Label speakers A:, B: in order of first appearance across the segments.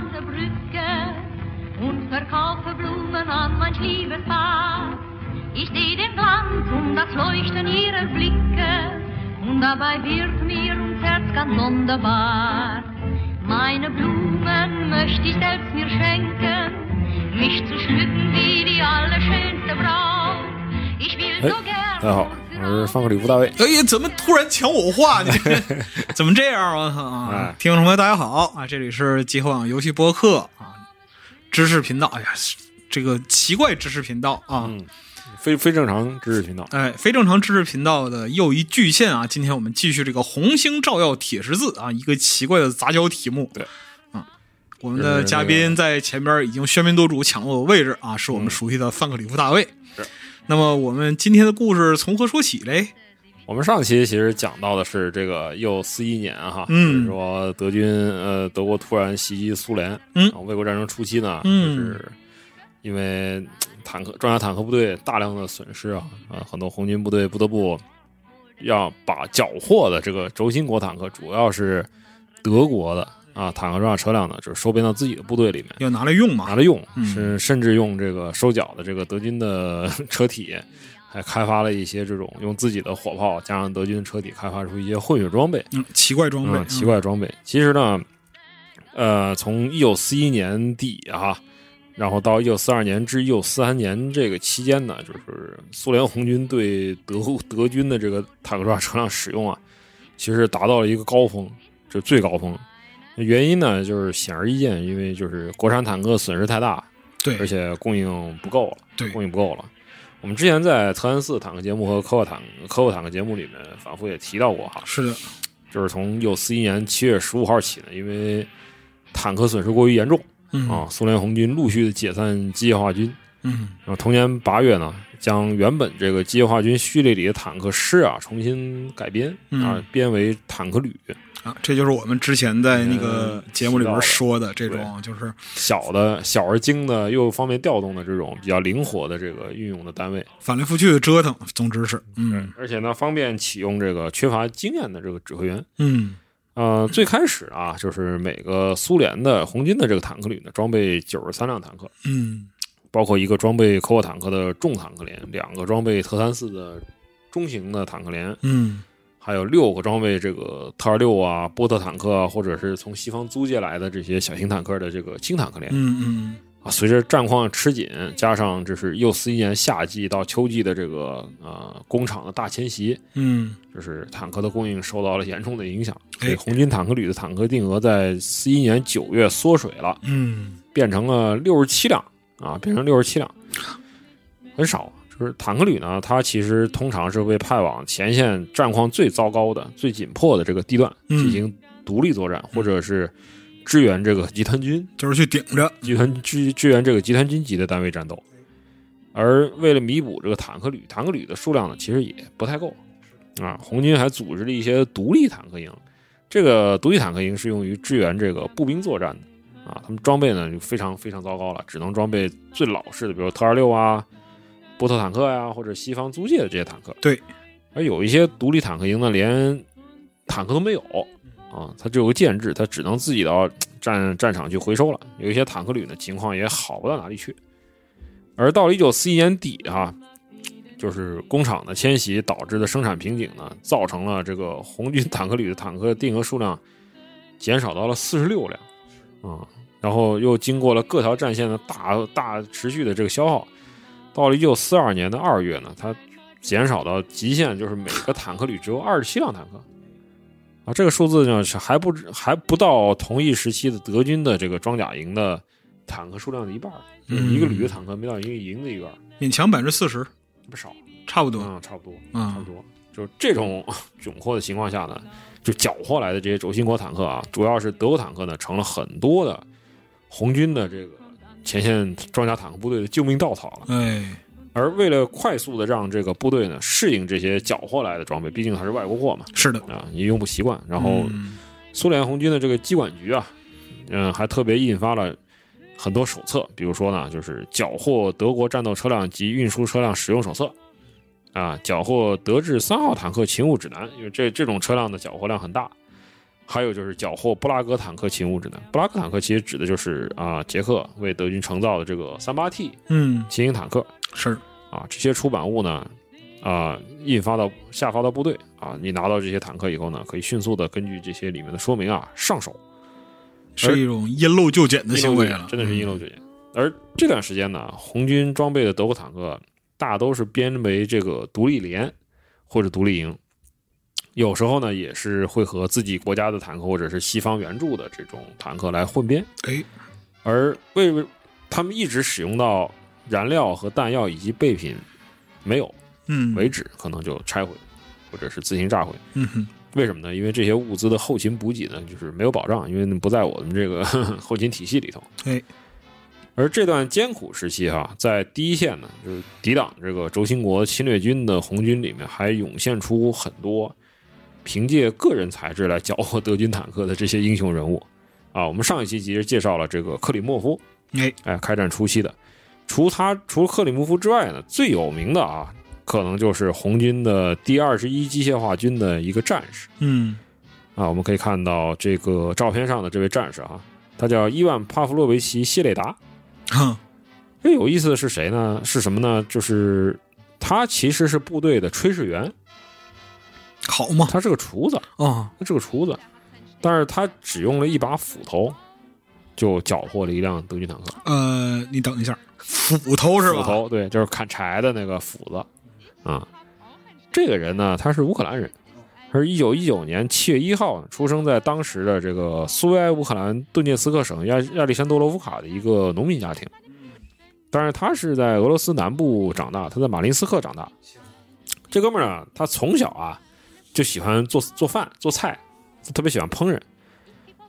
A: lykke und verkaufe Blumen an manch liebes Paar. Ich sehe den Glanz und das Leuchten ihrer Blicke und dabei wird mir ums Herz ganz wunderbar. Meine Blumen möchte ich selbst mir schenken, mich zu schmücken wie die allerschönste Braut. Ich will
B: 哎
A: so，gern.
B: 大家好，我是范克里夫大卫。
C: 哎呀，怎么突然抢我话？你 怎么这样啊？啊
B: 哎，
C: 听众朋友大家好啊，这里是集合网游戏播客啊，知识频道。哎呀，这个奇怪知识频道啊，
B: 嗯，非非正常知识频道。
C: 哎，非正常知识频道的又一巨献啊！今天我们继续这个红星照耀铁十字啊，一个奇怪的杂交题目。
B: 对，
C: 嗯，我们
B: 就是
C: 的
B: 这
C: 嘉
B: 个
C: 宾在前边已经喧宾夺主，抢了我的位置啊，是我们
B: 嗯
C: 熟悉的范克里夫大卫。
B: 是。
C: 那么我们今天的故事从何说起嘞？
B: 我们上期其实讲到的是这个又四一年哈，
C: 嗯
B: 就是说德军呃德国突然袭击苏联，
C: 嗯
B: 然后卫国战争初期呢，
C: 嗯
B: 就是因为嘖坦克装甲坦克部队大量的损失啊，呃很多红军部队不得不要把缴获的这个轴心国坦克，主要是德国的啊坦克装甲车辆呢，就是收编到自己的部队里面。
C: 要拿来用嘛？
B: 拿来用，
C: 嗯
B: 是甚至用这个收缴的这个德军的 车体，还开发了一些这种用自己的火炮加上德军的车体开发出一些混血装备，
C: 嗯，奇怪装备，
B: 嗯，奇怪装备。其实呢，呃，从一九四一年底啊，然后到一九四二年至一九四三年这个期间呢，就是苏联红军对德德军的这个坦克装甲车辆使用啊，其实达到了一个高峰，就最高峰。原因呢，就是显而易见，因为就是国产坦克损失太大，
C: 嗯对，
B: 而且供应不够了，
C: 对
B: 供应不够了。我们之前在特安四坦克节目和科沃坦科沃坦克节目里面反复也提到过哈，
C: 是的，
B: 就是从一九四一年七月十五号起呢，因为坦克损失过于严重
C: 嗯
B: 啊，苏联红军陆续的解散机械化军。
C: 嗯
B: 然后同年八月呢，将原本这个机械化军序列里的坦克师啊重新改编
C: 嗯
B: 啊，编为坦克旅，
C: 啊，这就是我们之前在那个
B: 嗯
C: 节目里边说的这种，就是
B: 小的小而精的又方便调动的这种比较灵活的这个运用的单位。
C: 翻来覆去的折腾，总之是，嗯
B: 而且呢，方便启用这个缺乏经验的这个指挥员。
C: 嗯
B: 呃，最开始啊，就是每个苏联的红军的这个坦克旅呢，装备九十三辆坦克，
C: 嗯
B: 包括一个装备科沃坦克的重坦克连，两个装备特三四的中型的坦克连，
C: 嗯
B: 还有六个装备这个特二六啊、波特坦克啊，或者是从西方租借来的这些小型坦克的这个轻坦克连。
C: 嗯
B: 啊，随着战况吃紧，加上这是又四一年夏季到秋季的这个呃工厂的大迁徙，
C: 嗯嗯，
B: 就是坦克的供应受到了严重的影响，所以
C: 哎
B: 红军坦克旅的坦克定额在四一年九月缩水了，
C: 嗯，
B: 变成了六十七辆啊，变成六十七辆，很少。就是坦克旅呢，它其实通常是会派往前线战况最糟糕的、最紧迫的这个地段
C: 嗯
B: 进行独立作战，或者是支援这个集团军
C: 就是去顶着，
B: 集团支支援这个集团军级的单位战斗。而为了弥补这个坦克旅，坦克旅的数量呢，其实也不太够啊。红军还组织了一些独立坦克营，这个独立坦克营是用于支援这个步兵作战的啊。他们装备呢就非常非常糟糕了，只能装备最老式的，比如特二六啊、波特坦克呀、或者西方租借的这些坦克。
C: 对，
B: 而有一些独立坦克营呢，连坦克都没有啊，它只有个建制，它只能自己到战战场去回收了。有一些坦克旅呢，情况也好不到哪里去。而到了一九四一年底啊，就是工厂的迁徙导致的生产瓶颈呢，造成了这个红军坦克旅的坦克定额数量减少到了四十六辆啊、然后又经过了各条战线的大大持续的这个消耗，到了一九四二年的二月呢，它减少到极限，就是每个坦克旅只有二十七辆坦克。啊，这个数字呢是还不止还不到同一时期的德军的这个装甲营的坦克数量的一半儿，就是一个旅的坦克没到一个营的一半儿，
C: 勉强百分之四十，
B: 不少。
C: 差不多，
B: 嗯，差不多，
C: 嗯
B: 差不多。就是这种 窘迫的情况下呢，就缴获来的这些轴心国坦克啊，主要是德国坦克呢，成了很多的红军的这个前线装甲坦克部队的救命稻草了。
C: 哎，
B: 而为了快速的让这个部队呢适应这些缴获来的装备，毕竟它是外国货嘛，
C: 是的，
B: 啊，也用不习惯。然后
C: 嗯
B: 苏联红军的这个机管局啊，嗯，还特别印发了很多手册，比如说呢，就是《缴获德国战斗车辆及运输车辆使用手册》啊，《缴获德制三号坦克勤务指南》，因为这这种车辆的缴获量很大，还有就是缴获布拉格坦克勤务指南。布拉格坦克其实指的就是啊，捷克为德军承造的这个 38T
C: 嗯，
B: 新型坦克
C: 是，
B: 啊。这些出版物呢，啊，印发到下发到部队啊，你拿到这些坦克以后呢，可以迅速的根据这些里面的说明啊上手，
C: 是一种因陋就简的行为
B: 因陋就
C: 了
B: 简，
C: 嗯
B: 真的是因陋就简。而这段时间呢，红军装备的德国坦克大都是编为这个独立连或者独立营，有时候呢也是会和自己国家的坦克或者是西方援助的这种坦克来混编。
C: 哎，
B: 而为他们一直使用到燃料和弹药以及备品没有
C: 嗯，
B: 为止，可能就拆毁或者是自行炸毁。
C: 嗯哼，
B: 为什么呢？因为这些物资的后勤补给呢，就是没有保障，因为不在我们这个 后勤体系里头。
C: 哎，
B: 而这段艰苦时期哈、在第一线呢，就是抵挡这个轴心国侵略军的红军里面，还涌现出很多凭借个人才智来缴获德军坦克的这些英雄人物啊。我们上一期其实介绍了这个克里莫夫，
C: 哎，
B: 哎，开战初期的。除他除克里莫夫之外呢，最有名的啊，可能就是红军的第二十一机械化军的一个战士。
C: 嗯，
B: 啊，我们可以看到这个照片上的这位战士啊，他叫伊万·帕夫洛维奇·谢列达。
C: 哼，
B: 这有意思的是谁呢？是什么呢？就是他其实是部队的炊事员，
C: 好嘛，
B: 他是个厨子，
C: 哦，
B: 他是个厨子，但是他只用了一把斧头，就缴获了一辆德军坦克。
C: 呃，你等一下，斧头是吧？
B: 斧头，对，就是砍柴的那个斧子啊。这个人呢，他是乌克兰人，他是一九一九年七月一号呢出生在当时的这个苏维埃乌克兰顿涅茨克省亚亚历山多罗夫卡的一个农民家庭。但是他是在俄罗斯南部长大，他在马林斯克长大。这哥们儿呢，他从小啊就喜欢做做饭、做菜，特别喜欢烹饪。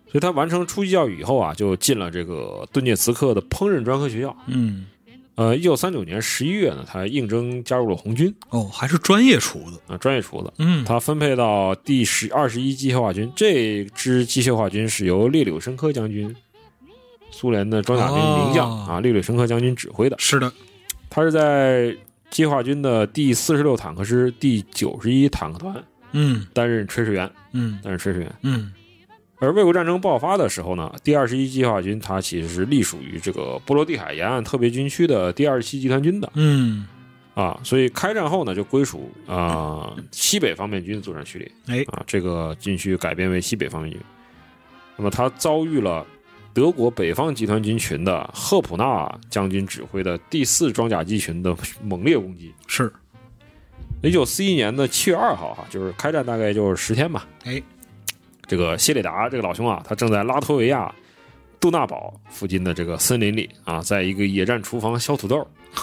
B: 所以他完成初级教育以后啊，就进了这个顿涅茨克的烹饪专科学校。
C: 嗯，
B: 呃，一九三九年十一月呢，他应征加入了红军
C: 哦，还是专业厨子，
B: 啊、专业厨子。
C: 嗯，
B: 他分配到第十二十一机械化军，这支机械化军是由列柳申科将军，苏联的装甲兵名将、
C: 哦
B: 啊，列柳申科将军指挥的。
C: 是的，
B: 他是在机械化军的第四十六坦克师第九十一坦克团
C: 嗯
B: 担任炊事员，
C: 嗯
B: 担任炊事员。
C: 嗯，
B: 而卫国战争爆发的时候呢，第二十一机械化军它其实是隶属于这个波罗的海沿岸特别军区的第二十七集团军的。
C: 嗯，
B: 啊，所以开战后呢，就归属啊、西北方面军的作战序列
C: 哎，
B: 啊，这个军区改编为西北方面军。那么他遭遇了德国北方集团军群的赫普纳将军指挥的第四装甲机群的 猛烈攻击。
C: 是，
B: 一九四一年的七月二号哈、就是开战大概就是十天吧。
C: 哎，
B: 这个谢里达这个老兄啊，他正在拉脱维亚杜纳堡附近的这个森林里啊，在一个野战厨房削土豆，啊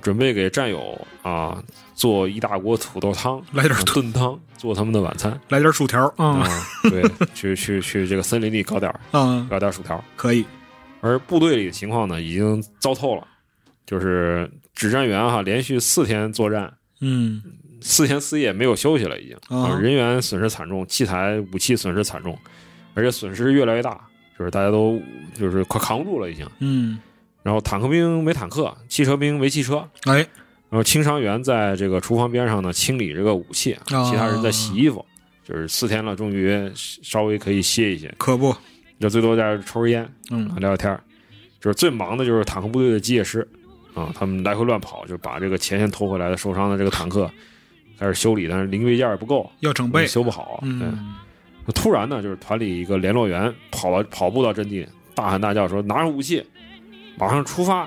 B: 准备给战友啊做一大锅 土豆汤，
C: 来点
B: 啊
C: 土，
B: 炖汤做他们的晚餐
C: 来点薯条
B: 啊
C: 啊，
B: 对，去去去这个森林里搞点儿
C: 啊，
B: 搞点儿薯条。
C: 可以，
B: 而部队里的情况呢，已经糟透了，就是指战员哈、连续四天作战，
C: 嗯，
B: 四天四夜没有休息了，已经呃
C: 啊
B: 人员损失惨重，器材武器损失惨重，而且损失越来越大，就是大家都就是快扛不住了已经。
C: 嗯，
B: 然后坦克兵没坦克，汽车兵没汽车，
C: 哎，
B: 然后清商员在这个厨房边上呢清理这个武器，
C: 啊
B: 其他人在洗衣服。就是四天了，终于稍微可以歇一歇，
C: 可不，
B: 就最多在这抽根烟
C: 嗯，
B: 聊聊天儿就是最忙的就是坦克部队的机械师啊，他们来回乱跑，就把这个前线偷回来的受伤的这个坦克开始修理，但是零配件儿也不够，
C: 要整备，
B: 修不好。啊
C: 嗯，
B: 对，突然呢，就是团里一个联络员跑到跑步到阵地，大喊大叫说：“拿上武器，马上出发！”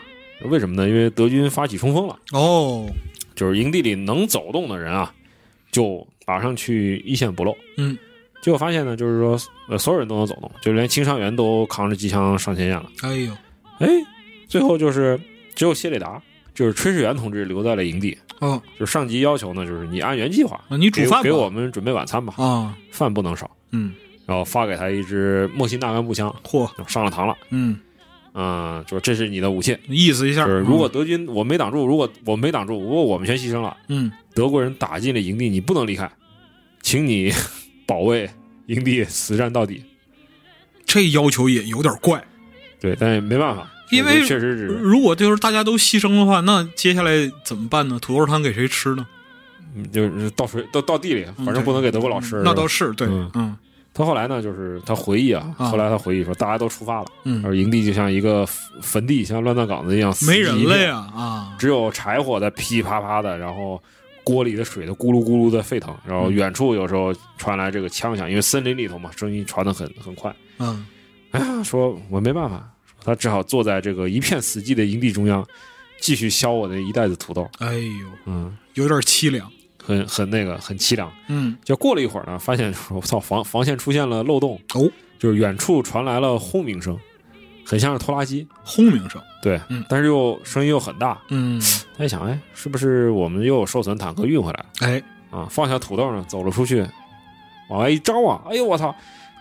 B: 为什么呢？因为德军发起冲锋了，
C: 哦，
B: 就是营地里能走动的人啊，就马上去一线补漏。
C: 嗯，
B: 结果发现呢，就是说，呃，所有人都能走动，就连清伤员都扛着机枪上前线了。
C: 哎呦，
B: 哎，最后就是只有谢里达，就是炊事员同志留在了营地。
C: 哦，
B: 就是上级要求呢，就是你按原计划，
C: 你煮
B: 给
C: 饭吧
B: 给我们准备晚餐吧，
C: 啊，
B: 饭不能少。
C: 嗯，
B: 然后发给他一支莫辛纳甘步枪，啊
C: 嚯，
B: 上了膛了。
C: 嗯，
B: 嗯，就是这是你的武器，
C: 意思一下，
B: 就是如果德军我没挡住，如果我没挡住，如果我们全牺牲了，
C: 嗯，
B: 德国人打进了营地，你不能离开，请你 保卫营地，死战到底。
C: 这要求也有点怪。
B: 对，但也没办法，
C: 因为
B: 确实是
C: 如果就是大家都牺牲的话，那接下来怎么办呢？土豆汤给谁吃呢？
B: 嗯就是到水到到地里，
C: 嗯
B: 反正不能给德国佬吃。
C: 那倒是对，
B: 嗯
C: 嗯
B: 他后来呢，就是他回忆啊，
C: 啊
B: 后来他回忆说，大家都出发了，
C: 嗯，
B: 而营地就像一个坟坟地，像乱葬岗子一样，死
C: 没
B: 寂
C: 人
B: 一片
C: 了呀啊，
B: 只有柴火在噼噼啪啪的，然后锅里的水的咕噜咕噜的沸腾，然后远处有时候传来这个枪响，因为森林里头嘛，声音传的很很快。
C: 嗯
B: 哎呀，说我没办法，他只好坐在这个一片死寂的营地中央，继续削我的一袋子土豆。
C: 哎呦，
B: 嗯，
C: 有点凄凉，
B: 很很那个，很凄凉。
C: 嗯
B: 就过了一会儿呢，发现说我操，防防线出现了漏洞，
C: 哦，
B: 就是远处传来了轰鸣声，很像是拖拉机，
C: 轰鸣声，
B: 对，
C: 嗯
B: 但是又声音又很大。
C: 嗯，
B: 他一想，哎，是不是我们又有受损坦克运回来了？
C: 哎，
B: 啊，放下土豆呢，走了出去，往外一张望，哎呦我操！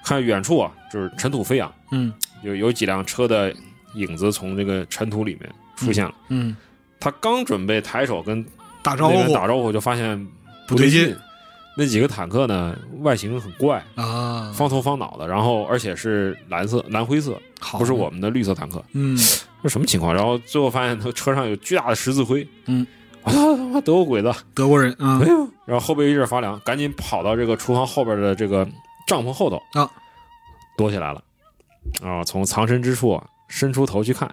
B: 看远处啊，就是尘土飞扬，
C: 嗯
B: 有有几辆车的影子从这个尘土里面出现了。
C: 嗯，
B: 他刚准备抬手跟
C: 打招
B: 那边
C: 呼
B: 打招呼，就发现
C: 不
B: 对
C: 对劲。
B: 那几个坦克呢，外形很怪，
C: 啊，
B: 方头方脑的，然后而且是蓝色、蓝灰色，
C: 好，
B: 不是我，们的绿色坦克。
C: 嗯
B: 这什么情况？然后最后发现他车上有巨大的十字徽。
C: 嗯，
B: 我操他妈德国鬼子！
C: 德国人啊
B: 哎，呦！然后后背一阵发凉，赶紧跑到这个厨房后边的这个帐篷后头
C: 啊，
B: 躲起来了。啊，从藏身之处啊伸出头去看，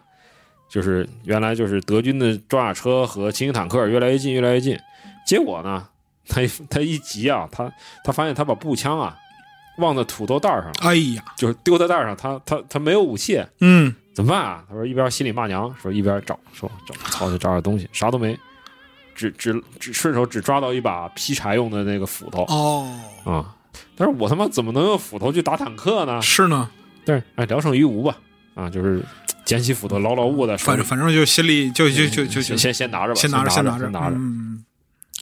B: 就是原来就是德军的装甲车和轻型坦克越来越近，越来越近。结果呢，他一他一急啊，他他发现他把步枪啊忘在土豆袋上了，
C: 哎呀，
B: 就是丢在袋上，他他他没有武器，
C: 嗯，
B: 怎么办啊？他说一边心里骂娘，说一边找，说找操就找点东西，啥都没，只只只顺手只抓到一把劈柴用的那个斧头啊、
C: 哦，
B: 但是我他妈怎么能用斧头去打坦克呢？
C: 是呢，
B: 但是哎，聊胜于无吧，啊，就是捡起斧头牢牢握在手
C: 反
B: 里
C: 正，反正就心里就就就就就
B: 嗯先先先拿着吧，
C: 先
B: 拿
C: 拿着
B: 先
C: 拿
B: 着，先
C: 拿
B: 着。
C: 嗯，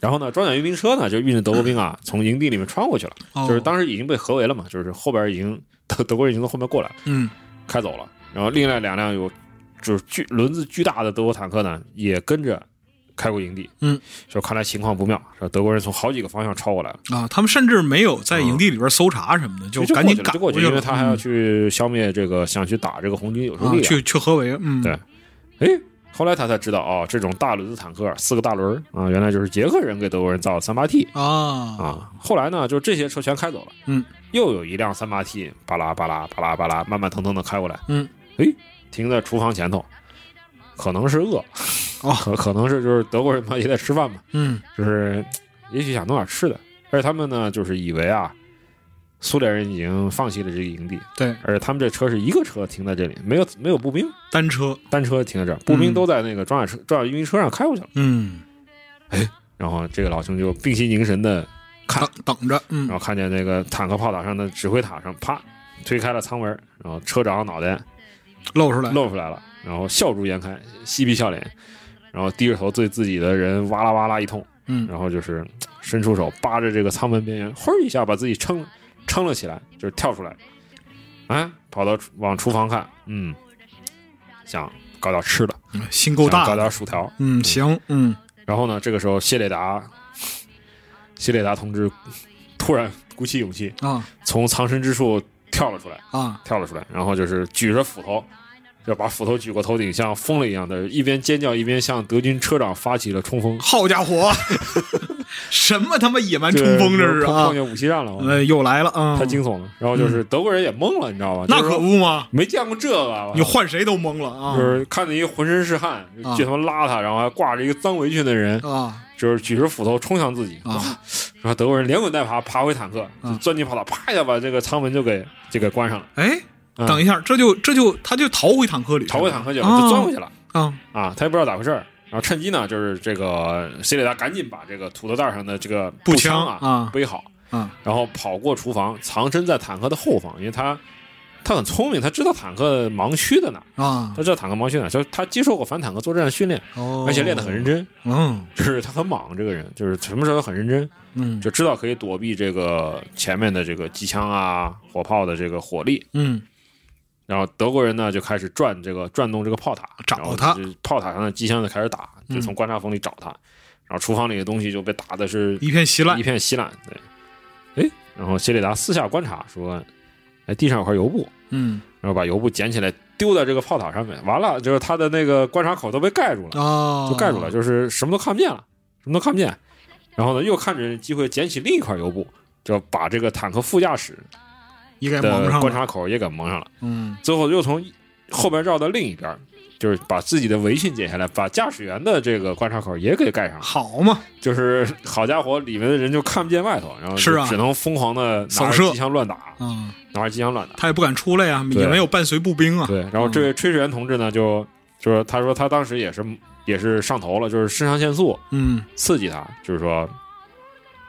B: 然后呢，装甲运兵车呢就运着德国兵啊，从营地里面穿过去了，
C: 哦
B: 就是当时已经被合围了嘛，就是后边已经德德国人已经从后面过来了。
C: 嗯
B: 开走了。然后另外两辆有就是巨轮子巨大的德国坦克呢，也跟着开过营地。
C: 嗯，
B: 说看来情况不妙，说德国人从好几个方向抄过来了，
C: 啊，他们甚至没有在营地里边搜查什么的，
B: 嗯就
C: 赶
B: 过
C: 紧
B: 去了
C: 赶
B: 就过去，
C: 了
B: 因为他还要
C: 嗯
B: 去消灭这个想去打这个红军有生
C: 啊
B: 力量。
C: 去去合围，嗯，
B: 对哎，后来他才知道哦，这种大轮子坦克四个大轮儿啊，原来就是捷克人给德国人造的三八 T
C: 啊，
B: 啊。后来呢，就这些车全开走了。
C: 嗯，
B: 又有一辆三八 T 巴拉巴拉巴拉巴拉慢慢腾腾的开过来。
C: 嗯，
B: 哎，停在厨房前头，可能是饿，
C: 哦
B: 可可能是就是德国人嘛也得吃饭嘛，
C: 嗯
B: 就是也许想弄点吃的，而且他们呢就是以为啊，苏联人已经放弃了这个营地，
C: 对，
B: 而且他们这车是一个车停在这里，没有没有步兵，
C: 单车，
B: 单车停在这儿，步兵
C: 嗯
B: 都在那个装甲车装甲运兵车上开过去了，
C: 嗯，
B: 然后这个老兄就屏息凝神的，看
C: 等等着，嗯
B: 然后看见那个坦克炮塔上的指挥塔上啪推开了舱门，然后车长脑袋
C: 露出来，
B: 露出来了，然后笑逐颜开，嬉皮笑脸，然后低着头对自己的人哇啦哇啦一通，
C: 嗯
B: 然后就是伸出手扒着这个舱门边缘，呼一下把自己撑撑了起来，就是跳出来，哎，跑到厨往厨房看，嗯，想搞点吃的，
C: 嗯
B: 想
C: 心够大
B: 搞，点薯条。
C: 嗯，行，嗯，
B: 然后呢，这个时候谢列达，谢列达同志突然鼓起勇气，
C: 啊
B: 从藏身之处跳了出来。
C: 啊，
B: 跳了出来，然后就是举着斧头，就把斧头举过头顶，像疯了一样的，一边尖叫一边向德军车长发起了冲锋。
C: 好家 伙，什么他妈野蛮冲锋这是
B: 碰
C: 啊
B: 碰？见武器站了，我
C: 呃，又来了啊！
B: 太惊悚了。然后就是德国人也懵了，你知道吗？
C: 嗯那
B: 就是
C: 可
B: 说
C: 不嘛，
B: 没见过这个啊，
C: 你换谁都懵了
B: 就
C: 啊
B: 是看见一个浑身是汗、
C: 啊
B: 巨他妈邋遢，然后还挂着一个脏围裙的人，
C: 啊
B: 就是举着斧头冲向自己。
C: 啊！
B: 然后德国人连滚带爬爬回坦克，
C: 啊
B: 就钻进跑道，啪一下把这个舱门就给就给关上了，
C: 哎，
B: 嗯
C: 等一下，这就这就他就逃回坦克里，
B: 逃回坦克去了，
C: 啊
B: 就钻回去了。
C: 啊！
B: 啊，他也不知道咋回事儿。然后趁机呢，就是这个希里达赶紧把这个土豆袋上的这个
C: 步
B: 枪
C: 枪啊
B: 背好，
C: 啊，
B: 然后跑过厨房，藏身在坦克的后方，因为他他很聪明，他知道坦克盲区在哪儿，
C: 啊
B: 他，知道坦克盲区在哪儿，就是他接受过反坦克作战训练，
C: 哦
B: 而且练得很认。真，
C: 嗯
B: 就是他很莽，这个人就是什么时候都很认真，
C: 嗯
B: 就知道可以躲避这个前面的这个机枪啊、火炮的这个火力。
C: 嗯
B: 然后德国人呢就开始转这个转动这个炮塔，
C: 找
B: 然后
C: 他
B: 就是炮塔上的机枪就开始打，
C: 嗯
B: 就从观察缝里找他。然后厨房里的东西就被打的是
C: 一片稀烂
B: 一。片稀烂。对，哎，然后谢里达四下观察说，哎，地上有块油布，
C: 嗯
B: 然后把油布捡起来丢在这个炮塔上面。完了，就是他的那个观察口都被盖住了，
C: 啊，
B: 就盖住了，就是什么都看不见了，什么都看不见。然后呢，又看着机会捡起另一块油布，就把这个坦克副驾驶
C: 也给蒙
B: 的
C: 上
B: 观
C: 了。
B: 察口也给蒙上了，
C: 嗯
B: 最后又从后边绕到另一边，就是把自己的围裙解下来，把驾驶员的这个观察口也给盖上了。
C: 好嘛，
B: 就是好家伙，里面的人就看不见外头，然后
C: 是啊
B: 就只能疯狂的拿
C: 扫
B: 着
C: 射
B: 机枪乱打，
C: 嗯，
B: 拿着机枪乱打。
C: 他也不敢出来呀、
B: 对
C: 也没有伴随步兵啊。
B: 对，然后这位炊事员同志呢，就就是他说他当时也是也是上头了，就是肾上腺素
C: 嗯
B: 刺激他，就是说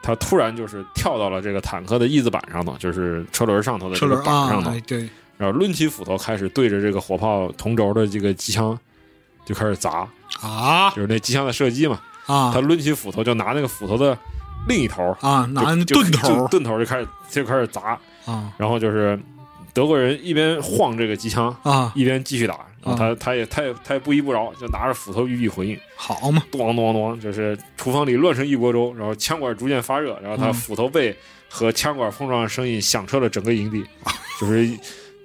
B: 他突然就是跳到了这个坦克的翼子板上头，就是车轮上头的
C: 车
B: 这个
C: 轮
B: 板
C: 啊
B: 上，头
C: 哎，对，
B: 然后抡起斧头开始对着这个火炮同轴的这个机枪就开始砸，
C: 啊
B: 就是那机枪在射击嘛，
C: 啊
B: 他抡起斧头就拿那个斧头的另一头。
C: 啊，拿
B: 就
C: 盾
B: 就就
C: 头
B: 盾头就开始就开始砸，
C: 啊
B: 然后就是德国人一边晃这个机枪，
C: 啊，
B: 一边继续打，然后他他也他也他也不依不饶，就拿着斧头予以回应，
C: 好嘛，
B: 咚咚咚，就是厨房里乱成一锅粥，然后枪管逐渐发热，然后他
C: 嗯
B: 斧头背和枪管碰撞的声音响彻了整个营地，就是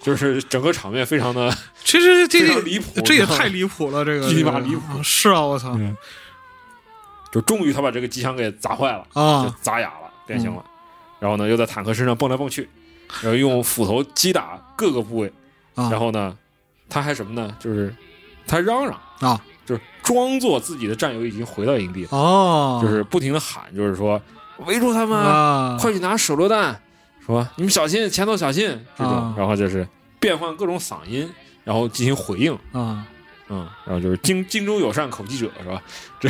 B: 就是整个场面非常的
C: 这这这
B: 非常
C: 这
B: 离谱，
C: 这也
B: 你知道吗
C: 太离谱了，这个
B: 巨鸡巴
C: 这个
B: 离谱
C: 啊是啊，我操
B: 嗯就终于他把这个机枪给砸坏了，就
C: 啊，
B: 砸哑了，变形了，然后呢又在坦克身上蹦来蹦去，然后用斧头击打各个部位，
C: 啊
B: 然后呢他还什么呢？就是他嚷嚷
C: 啊，
B: 就是装作自己的战友已经回到营地了。
C: 哦，
B: 就是不停的喊，就是说围住他们，
C: 啊，
B: 快去拿手榴弹，说你们小心，前头小心这种，
C: 啊
B: 然后就是变换各种嗓音，然后进行回应，
C: 啊
B: 嗯，然后就是荆荆州友善口技者是吧？这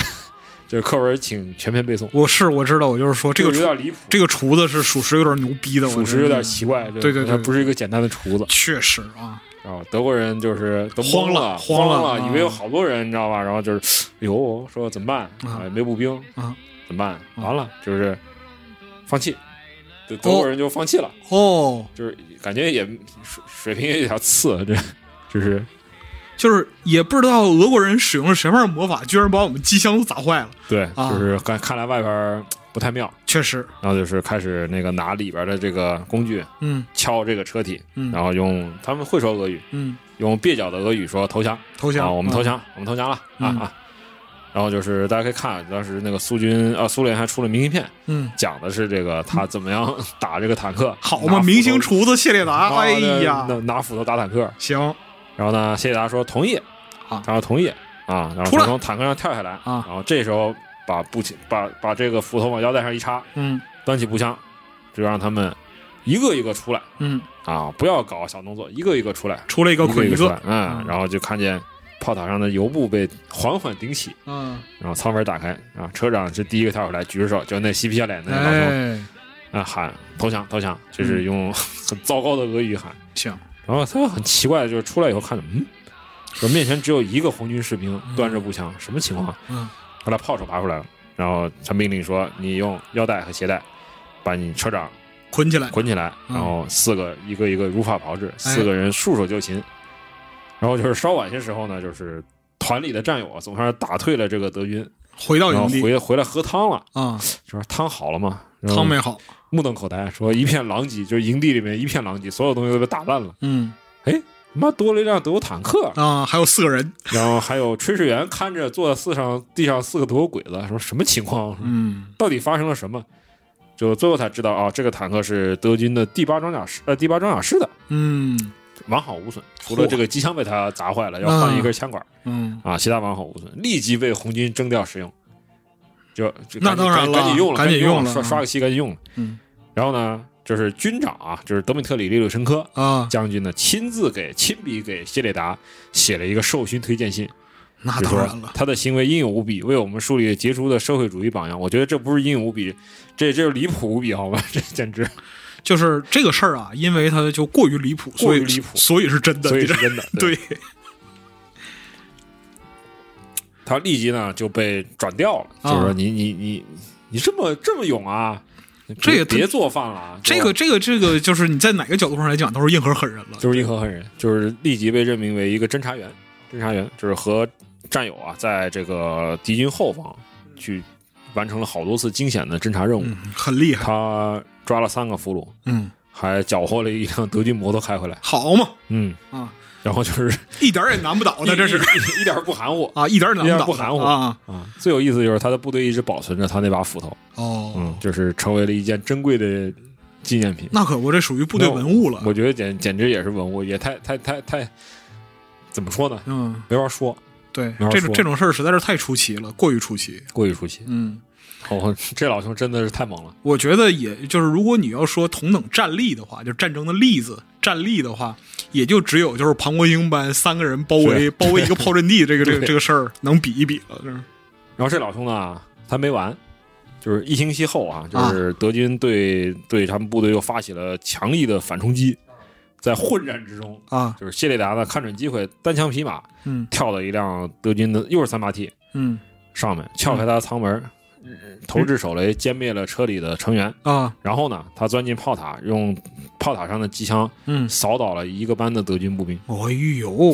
B: 这课文请全篇背诵，
C: 我是我知道，我就是说这个
B: 有
C: 厨
B: 点离谱，
C: 这个厨子是属实有点牛逼的，我
B: 属
C: 觉
B: 实
C: 得嗯
B: 有点奇怪，
C: 对对对
B: 他不是一个简单的厨子。
C: 确实啊，
B: 然后德国人就是都
C: 慌
B: 懵
C: 了
B: 了，
C: 慌
B: 慌
C: 了
B: 了，以为有
C: 啊
B: 好多人，你知道吧？然后就是，哎呦，说怎么办？
C: 啊
B: 啊，没步兵
C: 啊，
B: 怎么办？
C: 啊
B: 完了，就是放弃，德德国人就放弃了，
C: 哦，
B: 就是感觉也水水平也有点次，这就是
C: 就是也不知道俄国人使用了什么样的魔法，居然把我们机箱都砸坏了。
B: 对，
C: 啊
B: 就是看看来外边儿不太妙，
C: 确实，
B: 然后就是开始那个拿里边的这个工具
C: 嗯
B: 敲这个车体，
C: 嗯
B: 然后用他们会说俄语，
C: 嗯，
B: 用蹩脚的俄语说投降，
C: 投降，
B: 啊，我们投降，我们投降了啊
C: 嗯
B: 啊！然后就是大家可以看，啊当时那个苏军啊，苏联还出了明信片，
C: 嗯，嗯，
B: 讲的是这个他怎么样 打这个坦克，
C: 嗯好
B: 拿
C: 嘛，
B: 斧头
C: 明星厨子谢列达，
B: 啊
C: 哎
B: 对
C: 呀，
B: 拿拿斧头打坦克。
C: 行
B: 然后呢，谢谢大家说同意，
C: 啊
B: 他说同意啊，然后
C: 出来
B: 就从坦克上跳下来
C: 啊
B: 然后这时候把步枪把把这个斧头往腰带上一插，
C: 嗯
B: 端起步枪，就让他们一个一个出来
C: 嗯，
B: 啊，不要搞小动作，一个一个出来，
C: 出了一个
B: 一
C: 捆
B: 个
C: 一
B: 出来
C: 个，，
B: 嗯
C: 嗯，
B: 然后就看见炮塔上的油布被缓缓顶起。
C: 嗯，
B: 然后舱门打开，啊，车长是第一个跳出来，举着手，就那嬉皮笑脸的那老兄，啊、
C: 哎，
B: 喊投降投降，就是用 很糟糕的俄语喊。
C: 行，
B: 然后他很奇怪，就是出来以后看着，嗯，说面前只有一个红军士兵端着步枪，什么情况？
C: 嗯
B: 后来炮手拔出来了，然后他命令说，你用腰带和鞋带把你车长
C: 捆起来，
B: 捆起来，
C: 嗯哎
B: 然后四个一个一个如法炮制，四个人束手就擒。然后就是稍晚些时候呢，就是团里的战友啊总算是打退了这个德军，
C: 回到
B: 然后
C: 哦营地
B: 回回来嗯喝汤了。
C: 啊，
B: 就说汤好了吗？然后
C: 汤没好，
B: 目瞪口呆，说一片狼藉，就是营地里面一片狼藉，所有东西都被打烂了。
C: 嗯
B: 妈多了一辆德国坦克，
C: 啊，还有四个人，
B: 然后还有炊事员看着坐在四上地上四个德国鬼子，说什么情况？
C: 嗯
B: 到底发生了什么？就最后才知道啊，这个坦克是德军的第八装甲师呃第八装甲师的，
C: 嗯
B: 完好无损，除了
C: 嚯
B: 这个机枪被他砸坏了，要换一根枪管
C: 嗯，
B: 啊，其他完好无损，立即被红军征掉使用。就就
C: 那
B: 赶紧
C: 当
B: 赶
C: 然了
B: 赶紧用了，
C: 赶紧
B: 用
C: 用了
B: 刷刷个漆，赶紧用了。
C: 嗯，
B: 然后呢，就是军长啊，就是德米特里·列柳申科
C: 啊，
B: 将军呢，亲自给亲笔给谢列达写了一个授勋推荐信，
C: 那
B: 就
C: 当
B: 说
C: 然了，
B: 他的行为英勇无比，为我们树立了杰出的社会主义榜样。我觉得这不是英勇无比，这这是离谱无比，好吧， 这简直
C: 就是这个事儿啊，因为它就过于离谱，
B: 过于
C: 所以
B: 离谱
C: 所以是真的，
B: 所以
C: 你
B: 是
C: 知
B: 真的。
C: 道对，
B: 他立即呢就被转调了，
C: 啊
B: 就是说你你你你这么这么勇啊，别
C: 这也太
B: 别做饭了啊，
C: 这个这个这个，就是你在哪个角度上来讲，都是硬核狠人了。
B: 就是硬核狠人，就是立即被任命为一个侦察员，侦察员就是和战友啊，在这个敌军后方去完成了好多次惊险的侦察任务。
C: 嗯，很厉害。
B: 他抓了三个俘虏，
C: 嗯，
B: 还缴获了一辆德军摩托开回来。
C: 好嘛，
B: 嗯，
C: 啊，
B: 然后就是
C: 一点儿也难不倒他，这哦是
B: 一一一点儿不含糊
C: 啊，一点儿也
B: 嗯
C: 难倒
B: 一点儿不含糊
C: 啊。
B: 啊。最有意思就是他的部队一直保存着他那把斧头，
C: 哦，
B: 嗯，就是成为了一件珍贵的纪念品，
C: 那可不，这属于部队文物了。
B: 我觉得简简直也是文物，也太太太太，怎么说呢？
C: 嗯，
B: 没法说，
C: 对，
B: 没法
C: 这种
B: 说
C: 这种事儿实在是太出奇了，过于出奇。
B: 过于出奇。
C: 嗯，
B: 哦，这老兄真的是太猛了。
C: 我觉得也就是，如果你要说同等战力的话，就是战争的例子，战力的话，也就只有就是庞国英般三个人包围
B: 是
C: 包围一个炮阵 地，这个这个
B: 对
C: 这个事儿能比一比了。这是
B: 然后这老兄呢，他没完，就是一星期后啊，就是德军对、对他们部队又发起了强力的反冲击，在混战之中，
C: 啊，
B: 就是谢列达呢看准机会，单枪匹马
C: 嗯
B: 跳到一辆德军的又是三八 T
C: 嗯
B: 上面，撬开他的舱门，投掷手雷歼灭了车里的成员。
C: 啊
B: 然后呢，他钻进炮塔，用炮塔上的机枪
C: 嗯，
B: 扫倒了一个班的德军步兵，
C: 哎呦，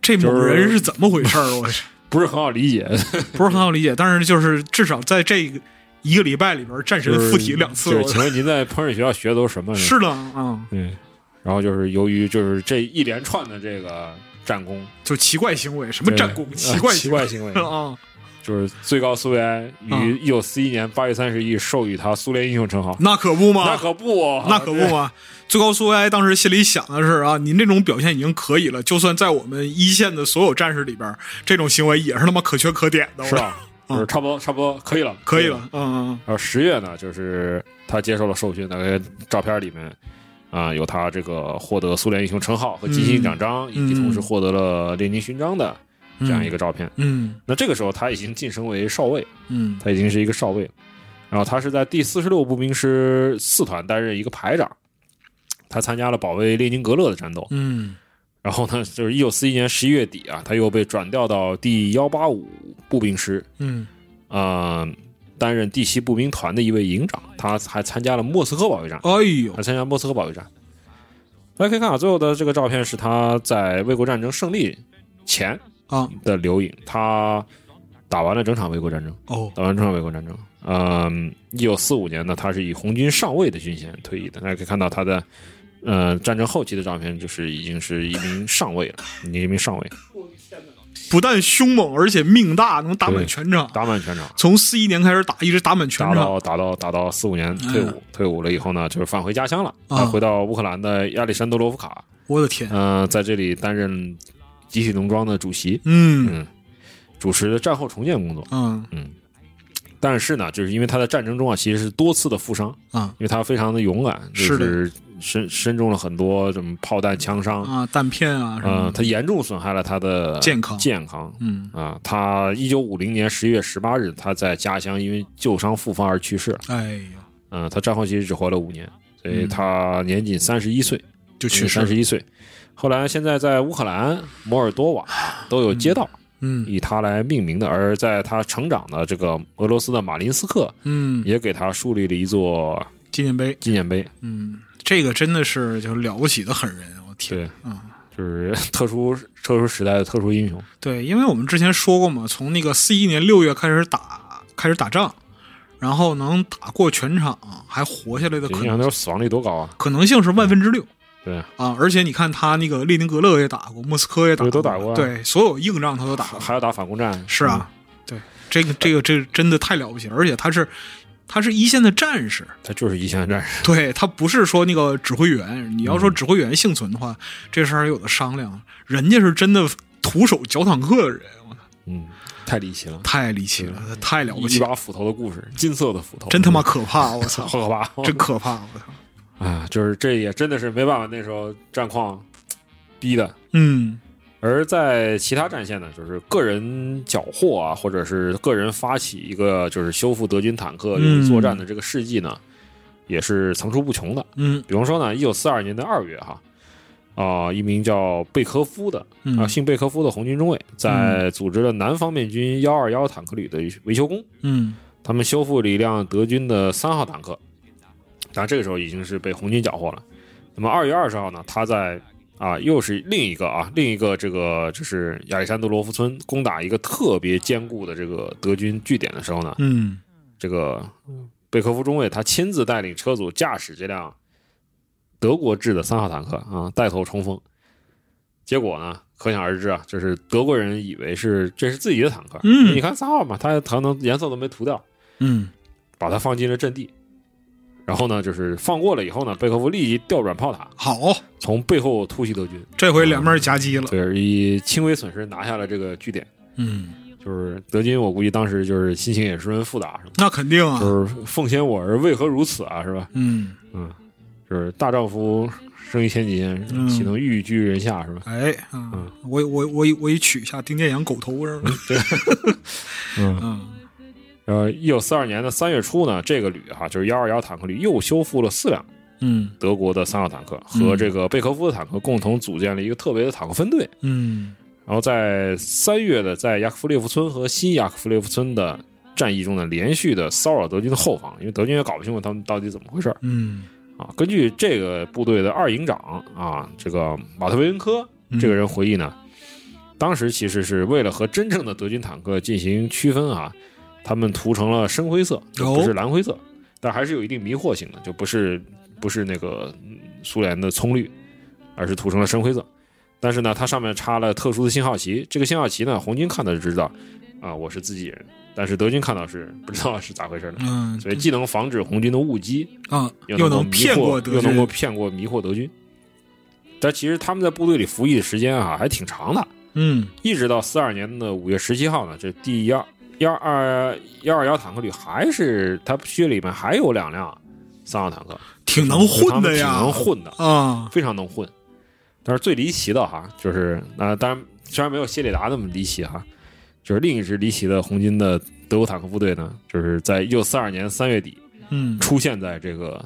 C: 这某
B: 就是
C: 人是怎么回事儿？啊 我去，
B: 不是很好理 解，
C: 不是很好理解，但是就是至少在这个一个礼拜里边，战神
B: 就是
C: 附体两次
B: 就，是
C: 我
B: 请问您在烹饪学校学的都是什么？
C: 是的啊，
B: 嗯，然后就是由于就是这一连串的这个战功，
C: 就奇怪行为，什么
B: 对
C: 战功，
B: 呃
C: 奇怪啊
B: 奇
C: 为
B: 怪行为，
C: 啊，
B: 就是最高苏维埃于一九四一年八月三十一授予他苏联英雄称号。
C: 那可不嘛，
B: 那可不哦，
C: 那可不嘛！最高苏维埃当时心里想的是啊，您这种表现已经可以了，就算在我们一线的所有战士里边，这种行为也是他妈可圈可点的。
B: 是啊吧？就是差不多，差不多可以了，
C: 我，可以了。，嗯
B: 然后十月呢，就是他接受了受训，那个照片里面啊、有他这个获得苏联英雄称号和金星奖章，以及同时获得了列宁勋章的这样一个照片。
C: 嗯
B: 那这个时候他已经晋升为少尉，
C: 嗯
B: 他已经是一个少尉了。然后他是在第四十六步兵师四团担任一个排长，他参加了保卫列宁格勒的战斗。
C: 嗯
B: 然后呢，就是一九四一年十一月底啊，他又被转调到第幺八五步兵师，
C: 嗯
B: 呃，担任第七步兵团的一位营长，他还参加了莫斯科保卫战，
C: 嗯，哎呦
B: 还，参加莫斯科保卫战。大家可以看啊，最后的这个照片是他在卫国战争胜利前
C: 啊
B: 的留影，他打完了整场卫国战争，
C: 哦
B: 打完整场卫国战争。嗯，一九四五年呢，他是以红军上尉的军衔退役的。大家可以看到他的，呃，战争后期的照片，就是已经是一名上尉了，已经一名上尉，
C: 不但凶猛，而且命大，能打满
B: 对
C: 全场。
B: 打满全场。
C: 从四一年开始打，一直打满全
B: 打
C: 场。
B: 到打到打到四五年退伍，退伍了以后呢，就是返回家乡了，
C: 嗯啊
B: 他回到乌克兰的亚历山德罗夫卡，
C: 我的天，
B: 嗯，在这里担任集体农庄的主席，
C: 嗯
B: 嗯，主持的战后重建工作。
C: 嗯
B: 但是呢，就是因为他在战争中啊，其实是多次的负伤，
C: 啊
B: 因为他非常的勇敢，就是
C: 的
B: 是身身中了很多什么炮弹、枪伤，
C: 啊，弹片啊什
B: 嗯，
C: 么的，
B: 他严重损害了他的
C: 健康
B: 健康。
C: 嗯，
B: 啊，他一九五零年十一月十八日，他在家乡因为旧伤复发而去世了。
C: 哎呀，
B: 嗯，他战后其实只活了五年，所以他年仅三十一岁，
C: 就嗯去世
B: 嗯三
C: 了。
B: 十一岁。后来现在在乌克兰、摩尔多瓦都有街道
C: 嗯
B: 以他来命名的，而在他成长的这个俄罗斯的马林斯克，
C: 嗯，
B: 也给他树立了一座
C: 纪念碑。
B: 纪念碑。
C: 嗯，这个真的是就是了不起的狠人，我天！
B: 对，
C: 嗯
B: 就是 特殊特殊时代的特殊英雄。
C: 对，因为我们之前说过嘛，从那个四一年六月开始打，开始打仗，然后能打过全场，还活下来
B: 对
C: 的可
B: 你想
C: 能
B: 那死亡率多高啊？
C: 可能性是万分之六
B: 对，
C: 啊！而且你看他那个列宁格勒也打过，莫斯科也打
B: 对
C: 过，
B: 都打过啊
C: 对，所有硬仗他都打过。
B: 还要打反攻战。
C: 是啊，
B: 嗯
C: 对，这个这个这个真的太了不起了，而且他是他是一线的战士，
B: 嗯，他就是一线战士。
C: 对他不是说那个指挥员，你要
B: 嗯
C: 说指挥员幸存的话，这事儿有的商量。人家是真的徒手绞坦克的人，我
B: 嗯，太离奇了，
C: 太离奇了，太了不
B: 一
C: 起了，
B: 把斧头的故事，金色的斧头，
C: 真他妈可怕！我操，
B: 好可怕！
C: 真可怕！我操，
B: 啊，就是这也真的是没办法，那时候战况逼的。
C: 嗯
B: 而在其他战线呢，就是个人缴获啊，或者是个人发起一个就是修复德军坦克、用于作战的这个事迹呢，也是层出不穷的。
C: 嗯
B: 比方说呢，一九四二年的二月哈，啊、一名叫贝科夫的
C: 嗯
B: 啊，姓贝科夫的红军中尉，在组织了南方面军幺二幺坦克旅的维修工，
C: 嗯
B: 他们修复了一辆德军的三号坦克，但这个时候已经是被红军缴获了。那么二月二十号呢，他在啊又是另一个啊另一个这个就是亚历山德罗夫村攻打一个特别坚固的这个德军据点的时候呢，
C: 嗯，
B: 这个贝科夫中尉他亲自带领车组驾驶这辆德国制的三号坦克啊带头冲锋，结果呢？可想而知啊，就是德国人以为是这是自己的坦克，
C: 嗯
B: 你看三号嘛，它可能颜色都没涂掉，
C: 嗯
B: 把它放进了阵地。然后呢，就是放过了以后呢，贝科夫立即调转炮塔，
C: 好，
B: 从背后突袭德军，
C: 这回两面夹击了。
B: 对，以轻微损失拿下了这个据点。
C: 嗯，
B: 就是德军，我估计当时就是心情也十分复杂，是吧？
C: 那肯定啊。
B: 就是奉先我儿为何如此啊，是吧？
C: 嗯，
B: 嗯，就是大丈夫生于千金，岂能欲居人下，是吧？
C: 哎，嗯，我我我我一取一下丁建阳狗头是吧？
B: 嗯，
C: 嗯，
B: 呃，一九四二年的三月初呢，这个旅哈就是幺二幺坦克旅又修复了四辆
C: 嗯
B: 德国的三号坦克和这个贝科夫的坦克，共同组建了一个特别的坦克分队。
C: 嗯
B: 然后在三月的在雅克夫列夫村和新雅克夫列夫村的战役中呢，连续的骚扰德军的后方，因为德军也搞不清楚他们到底怎么回事儿
C: 嗯
B: 啊。根据这个部队的二营长啊，这个马特维恩科
C: 嗯
B: 这个人回忆呢，当时其实是为了和真正的德军坦克进行区分啊，他们涂成了深灰色，就不是
C: 哦
B: 蓝灰色，但还是有一定迷惑性的，就不是不是那个嗯苏联的葱绿，而是涂成了深灰色。但是呢，它上面插了特殊的信号旗，这个信号旗呢，红军看到就知道啊、我是自己人，但是德军看到是不知道是咋回事的，
C: 嗯，
B: 所以既能防止红军的误击，
C: 啊，
B: 又
C: 又
B: 能
C: 能骗
B: 过
C: 过德
B: 又能够
C: 军，
B: 骗过迷惑德军。但其实他们在部队里服役的时间啊，还挺长的，
C: 嗯
B: 一直到四二年的五月十七号呢，这第幺幺二幺二幺坦克旅还是他区里面还有两辆三号坦克，
C: 挺能混的
B: 他
C: 呀，
B: 们挺能混的，
C: 啊，
B: 非常能混。但是最离奇的哈，就是啊、呃当然虽然没有谢里达那么离奇哈，就是另一支离奇的红军的德国坦克部队呢，就是在一九四二年三月底
C: 嗯
B: 出现在这个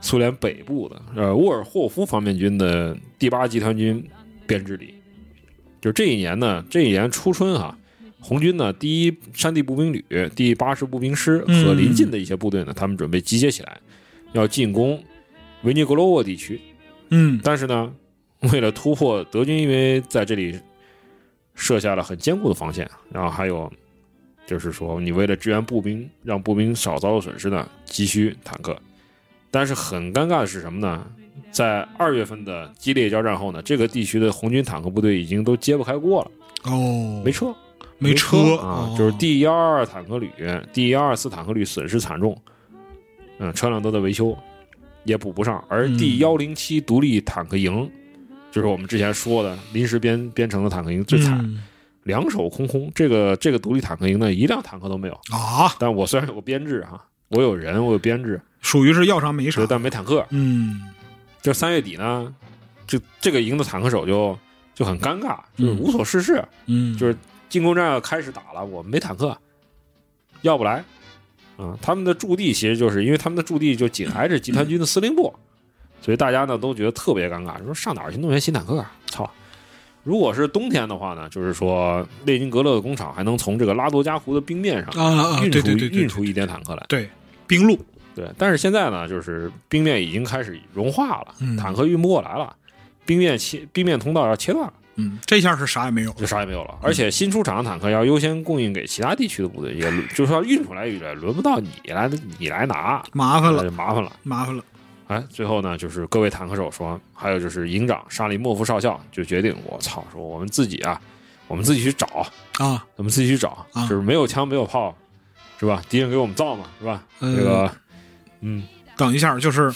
B: 苏联北部的呃沃尔霍夫方面军的第八集团军编制里。就这一年呢，这一年初春啊，红军呢第一山地步兵旅、第八十步兵师和
C: 嗯
B: 邻近的一些部队呢，他们准备集结起来，要进攻维尼格罗沃地区。
C: 嗯
B: 但是呢，为了突破德军，因为在这里设下了很坚固的防线，然后还有就是说，你为了支援步兵，让步兵少遭受损失呢，急需坦克。但是很尴尬的是什么呢？在二月份的激烈交战后呢，这个地区的红军坦克部队已经都揭不开锅了，
C: 哦，
B: 没车，
C: 没
B: 车
C: 车
B: 啊
C: 哦，
B: 就是 D 幺二坦克旅、D 幺二四坦克旅损失惨重，嗯，车辆都在维修，也补不上。而
C: 嗯
B: D 幺零七独立坦克营，就是我们之前说的临时编编成的坦克营，最惨，
C: 嗯
B: 两手空空。这个这个独立坦克营呢，一辆坦克都没有。
C: 啊，
B: 但我虽然有个编制哈、我有人，我有编制，
C: 属于是要啥没啥
B: 就，但没坦克。
C: 嗯
B: 这三月底呢，这这个营的坦克手就就很尴尬，就是无所事事。
C: 嗯，
B: 就是进攻战要开始打了，我们没坦克，要不来啊。他们的驻地其实就是因为他们的驻地就紧挨着集团军的司令部，所以大家呢都觉得特别尴尬，说上哪儿去弄些新坦克啊？操！如果是冬天的话呢，就是说列宁格勒的工厂还能从这个拉多加湖的冰面上
C: 啊啊，
B: 运
C: 对
B: 出、
C: 对对对
B: 运出一点坦克来。
C: 对，冰路，
B: 对，但是现在呢，就是冰面已经开始融化了，
C: 嗯
B: 坦克运不过来了，冰面切冰面通道要切断了。
C: 嗯，这下是啥也没有，
B: 就啥也没有
C: 嗯
B: 了。而且新出厂的坦克要优先供应给其他地区的部队，也轮就是说运出来也轮不到你来你来拿，
C: 麻烦
B: 那
C: 了，
B: 就麻烦了。
C: 麻烦了，
B: 哎，最后呢，就是各位坦克手说，还有就是营长沙利莫夫少校就决定，我操，说我们自己啊，我们自己去找，
C: 啊，
B: 我们自己去找，
C: 啊
B: 就是没有枪没有炮，是吧？敌人给我们造嘛，是吧？
C: 呃
B: 这个，嗯，
C: 等一下，就是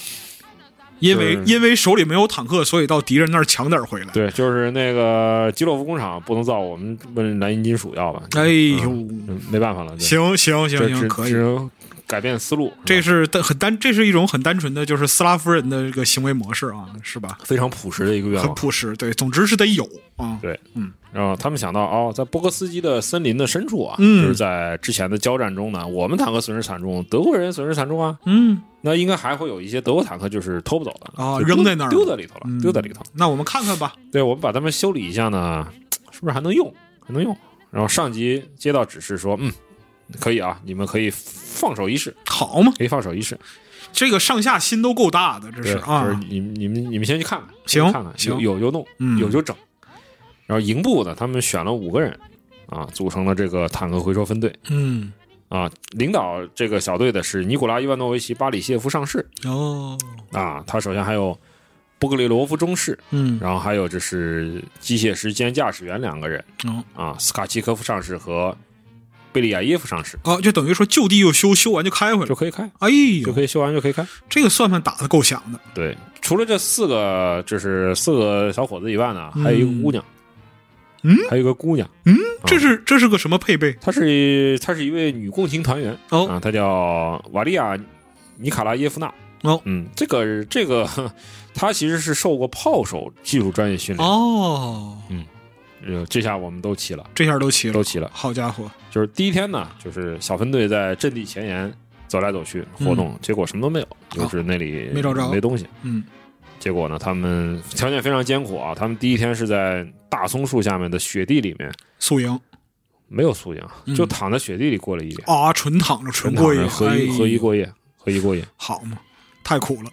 C: 因为
B: 就是
C: 因为手里没有坦克，所以到敌人那儿抢点儿回来。
B: 对，就是那个基洛夫工厂不能造，我们问莱茵金属要吧？
C: 哎呦，
B: 嗯，没办法了，对
C: 行行行
B: 这
C: 行，
B: 只
C: 可
B: 只
C: 以。
B: 能改变思路，
C: 这
B: 是吧
C: 是单很单，这是一种很单纯的，就是斯拉夫人的这个行为模式啊，是吧？
B: 非常朴实的一个愿
C: 很
B: 望。
C: 朴实，对，总之是得有啊。
B: 然后他们想到，哦，在波克斯基的森林的深处啊，
C: 嗯
B: 就是在之前的交战中呢，我们坦克损失惨重，德国人损失惨重啊，
C: 嗯
B: 那应该还会有一些德国坦克就是偷不走的
C: 啊
B: 就丢
C: 扔在那儿
B: 丢在里头了，
C: 嗯
B: 丢在里头。
C: 那我们看看吧。
B: 对，我们把它们修理一下呢，是不是还能用？还能用。然后上级接到指示说，嗯，可以啊，你们可以放手一试，
C: 好嘛，
B: 可以放手一试。
C: 这个上下心都够大的，这
B: 对，
C: 是
B: 就是
C: 啊。
B: 你你们你们先去看看，
C: 行
B: 先看看，
C: 行
B: 有有就弄，
C: 嗯
B: 有就整。然后营部呢，他们选了五个人啊，组成了这个坦克回收分队
C: 嗯，
B: 啊。领导这个小队的是尼古拉伊万诺维奇巴里谢夫上士
C: 哦，
B: 啊，他手下还有波格列罗夫中士，
C: 嗯，
B: 然后还有就是机械师兼驾驶员两个人
C: 哦，
B: 啊，斯卡奇科夫上士和贝利亚耶夫上市，
C: 啊，就等于说就地又修，修完就开回
B: 就
C: 来。
B: 可以开，就
C: 哎
B: 哦
C: 呦，
B: 可以修完就可以开。
C: 这个算盘打的够响的。
B: 对，除了这四个就是四个小伙子以外呢，还有一个姑娘，
C: 嗯，
B: 还有一个姑娘，
C: 嗯，这是这是个什么配备？
B: 她是她是一位女共情团员
C: 哦
B: 啊，她叫瓦利亚尼卡拉耶夫娜。
C: 哦
B: 嗯，这个这个，呵她其实是受过炮手技术专业训练。
C: 哦，
B: 呃，这下我们都齐了，
C: 这下都齐了
B: 都，齐了。
C: 好家伙，
B: 就是第一天呢，就是小分队在阵地前沿走来走去活动，结果什么都没有，就是那里
C: 嗯哦没找着
B: 没东西。
C: 嗯
B: 结果呢，他们条件非常艰苦啊。他们第一天是在大松树下面的雪地里面，
C: 宿营
B: 没有宿营，
C: 嗯
B: 就躺在雪地里过了一夜，
C: 啊，纯躺着，纯
B: 躺
C: 过
B: 着
C: 瘾，
B: 合一
C: 哎
B: 合一过夜，合一过夜。
C: 好嘛，太苦了。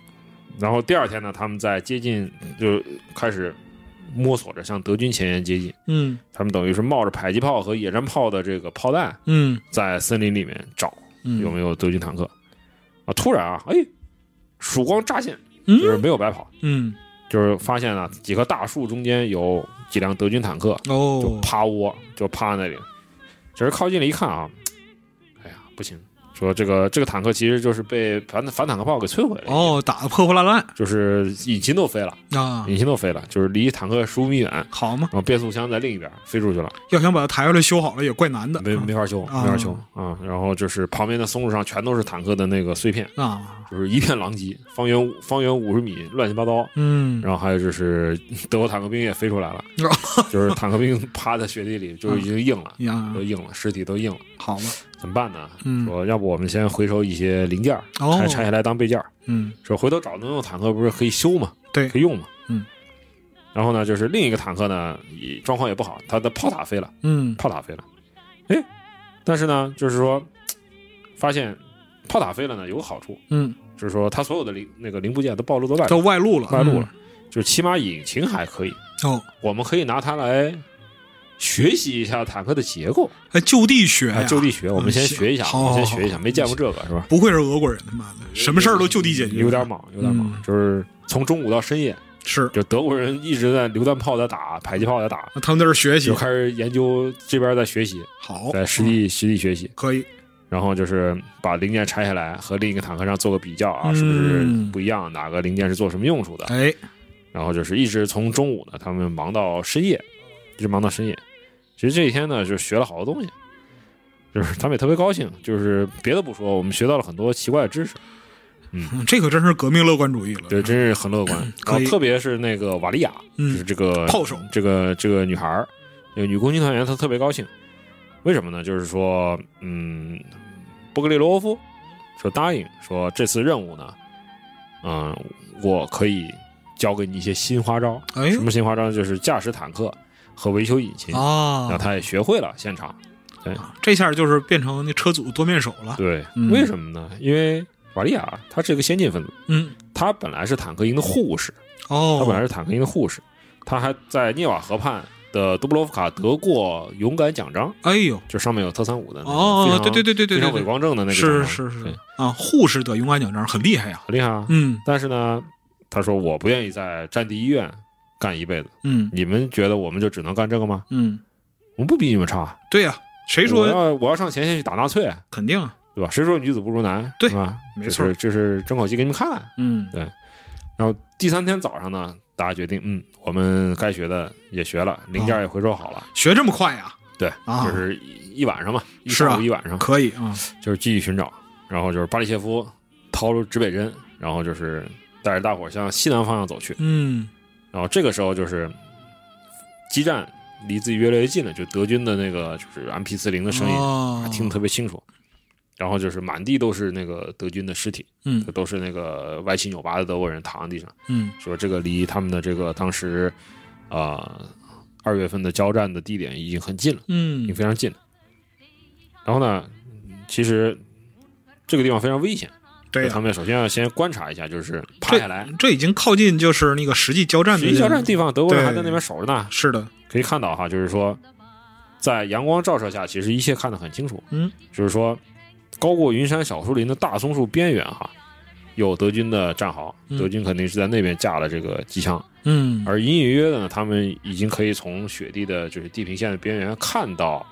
B: 然后第二天呢，他们在接近就开始摸索着向德军前沿接近。
C: 嗯
B: 他们等于是冒着迫击炮和野战炮的这个炮弹，
C: 嗯
B: 在森林里面找
C: 嗯，
B: 有没有德军坦克啊！突然啊，哎，曙光乍现，
C: 嗯
B: 就是没有白跑，
C: 嗯
B: 就是发现了几棵大树中间有几辆德军坦克，就
C: 哦，
B: 趴窝，就趴那里。只是靠近了一看啊，哎呀，不行！说这个这个坦克其实就是被反反坦克炮给摧毁了，
C: 哦，打的破破烂烂
B: 就是引擎都飞了，
C: 啊，
B: 引擎都飞了，就是离坦克十五米远，然
C: 好嘛，
B: 后变速箱在另一边飞出去了，
C: 要想把它抬回来修好了也怪难的，
B: 没没法修，
C: 啊
B: 没法修啊！然后就是旁边的松树上全都是坦克的那个碎片，
C: 啊，
B: 就是一片狼藉，方圆五方圆五十米乱七八糟。
C: 嗯，
B: 然后还有就是 德国坦克兵也飞出来了，
C: 哦
B: 就是坦克兵趴在雪地里
C: 嗯
B: 就已经硬了，
C: 呀
B: 都，硬了，尸体都硬了，
C: 好嘛，
B: 怎么办呢？
C: 嗯
B: 说要不我们先回收一些零件儿，
C: 哦
B: 拆拆下来当备件儿。
C: 嗯
B: 说回头找能用的坦克不是可以修吗？
C: 对
B: 可以用吗？
C: 嗯。
B: 然后呢，就是另一个坦克呢，也状况也不好，它的炮塔飞了，
C: 嗯
B: 炮塔飞了。哎，但是呢，就是说，发现炮塔飞了呢，有个好处，
C: 嗯，
B: 就是说它所有的零那个零部件都暴露在外
C: 都外露了，
B: 外露了，就是起码引擎还可以，
C: 嗯哦，
B: 我们可以拿它来学习一下坦克的结构，
C: 还哎就地学
B: 啊，
C: 呀，
B: 就地学，我们先
C: 嗯
B: 学一下，
C: 行
B: 我们先
C: 好好
B: 学一下，没见过这个是吧？
C: 不愧是俄国人，他妈的，什么事儿都就地解决，
B: 有点莽，有点莽，
C: 嗯
B: 就是从中午到深夜，
C: 是，
B: 就德国人一直在榴弹炮在打，迫击炮在打，
C: 那他们在这儿学习
B: 就，开始研究这边在学习，
C: 好，嗯
B: 在实地实地学习，
C: 可以，
B: 然后就是把零件拆下来和另一个坦克上做个比较啊，
C: 嗯
B: 是不是不一样？哪个零件是做什么用处的？
C: 哎，
B: 然后就是一直从中午呢，他们忙到深夜，一直忙到深夜。其实这一天呢，就学了好多东西，就是他们也特别高兴，就是别的不说，我们学到了很多奇怪的知识。
C: 嗯这可真是革命乐观主义了，
B: 对，真是很乐观。然
C: 可
B: 后
C: 以
B: 特别是那个瓦利亚，
C: 嗯
B: 就是这个
C: 炮手
B: 这个这个女孩儿，这个女攻击团员，她特别高兴。为什么呢？就是说，嗯，波格利罗夫说答应说这次任务呢，嗯，我可以教给你一些新花招。
C: 哎
B: 什么新花招？就是驾驶坦克和维修引擎。然后
C: 啊，
B: 她也学会了现场。
C: 这下就是变成那车主多面手了，
B: 对，
C: 嗯
B: 为什么呢？因为瓦利亚她是个先进分子，
C: 嗯，
B: 她本来是坦克营的护士。他本来
C: 哦，
B: 是坦克营的护士，他还在涅瓦河畔的杜布罗夫卡得过勇敢奖章，
C: 哎呦，
B: 就上面有特三五的那个嗯非
C: 哦，
B: 常
C: 对对对对对
B: 非常
C: 对
B: 伟
C: 对，
B: 光正的那个奖
C: 是
B: 章，
C: 是是
B: 对
C: 啊，护士得勇敢奖章很厉害呀，
B: 很厉害啊。
C: 嗯
B: 但是呢，他说我不愿意在战地医院干一辈子，
C: 嗯
B: 你们觉得我们就只能干这个吗？
C: 嗯，
B: 我们不比你们差，
C: 对呀，谁
B: 我
C: 说
B: 要我要上前线去打纳粹，
C: 肯定啊？
B: 对吧？谁说女子不如男，
C: 对
B: 是吧？
C: 没错
B: 这是这是争口气给你们看。
C: 嗯
B: 然后第三天早上呢，大家决定，嗯，我们该学的也学了，零件也回收好了。
C: 学这么快呀？
B: 对，
C: 啊
B: 就是一一晚上嘛，一
C: 是啊
B: 上午一晚上，
C: 可以啊，
B: 就是继续寻找，然后就是巴里切夫掏出指北针，然后就是带着大伙儿向西南方向走去。
C: 嗯
B: 然后这个时候就是基站离自己越来越近了，就德军的那个就是 MP 四零的声音、
C: 哦
B: 听得特别清楚。然后就是满地都是那个德军的尸体，
C: 嗯
B: 都是那个歪七扭八的德国人躺在地上。
C: 嗯
B: 说这个离他们的这个当时，啊二月份的交战的地点已经很近了。已经
C: 嗯
B: 非常近了。然后呢，其实这个地方非常危险，
C: 对
B: 他
C: 呀，
B: 们首先要先观察一下，就是趴下来。
C: 这已经靠近就是那个实际交战的
B: 实际交战地方，德国人还在
C: 对
B: 那边守着呢。
C: 是的，
B: 可以看到哈，就是说，在阳光照射下，其实一切看得很清楚。
C: 嗯，
B: 就是说，高过云山小树林的大松树边缘哈，有德军的战壕，
C: 嗯
B: 德军肯定是在那边架了这个机枪。
C: 嗯
B: 而隐隐约约的呢，他们已经可以从雪地的，就是地平线的边缘看到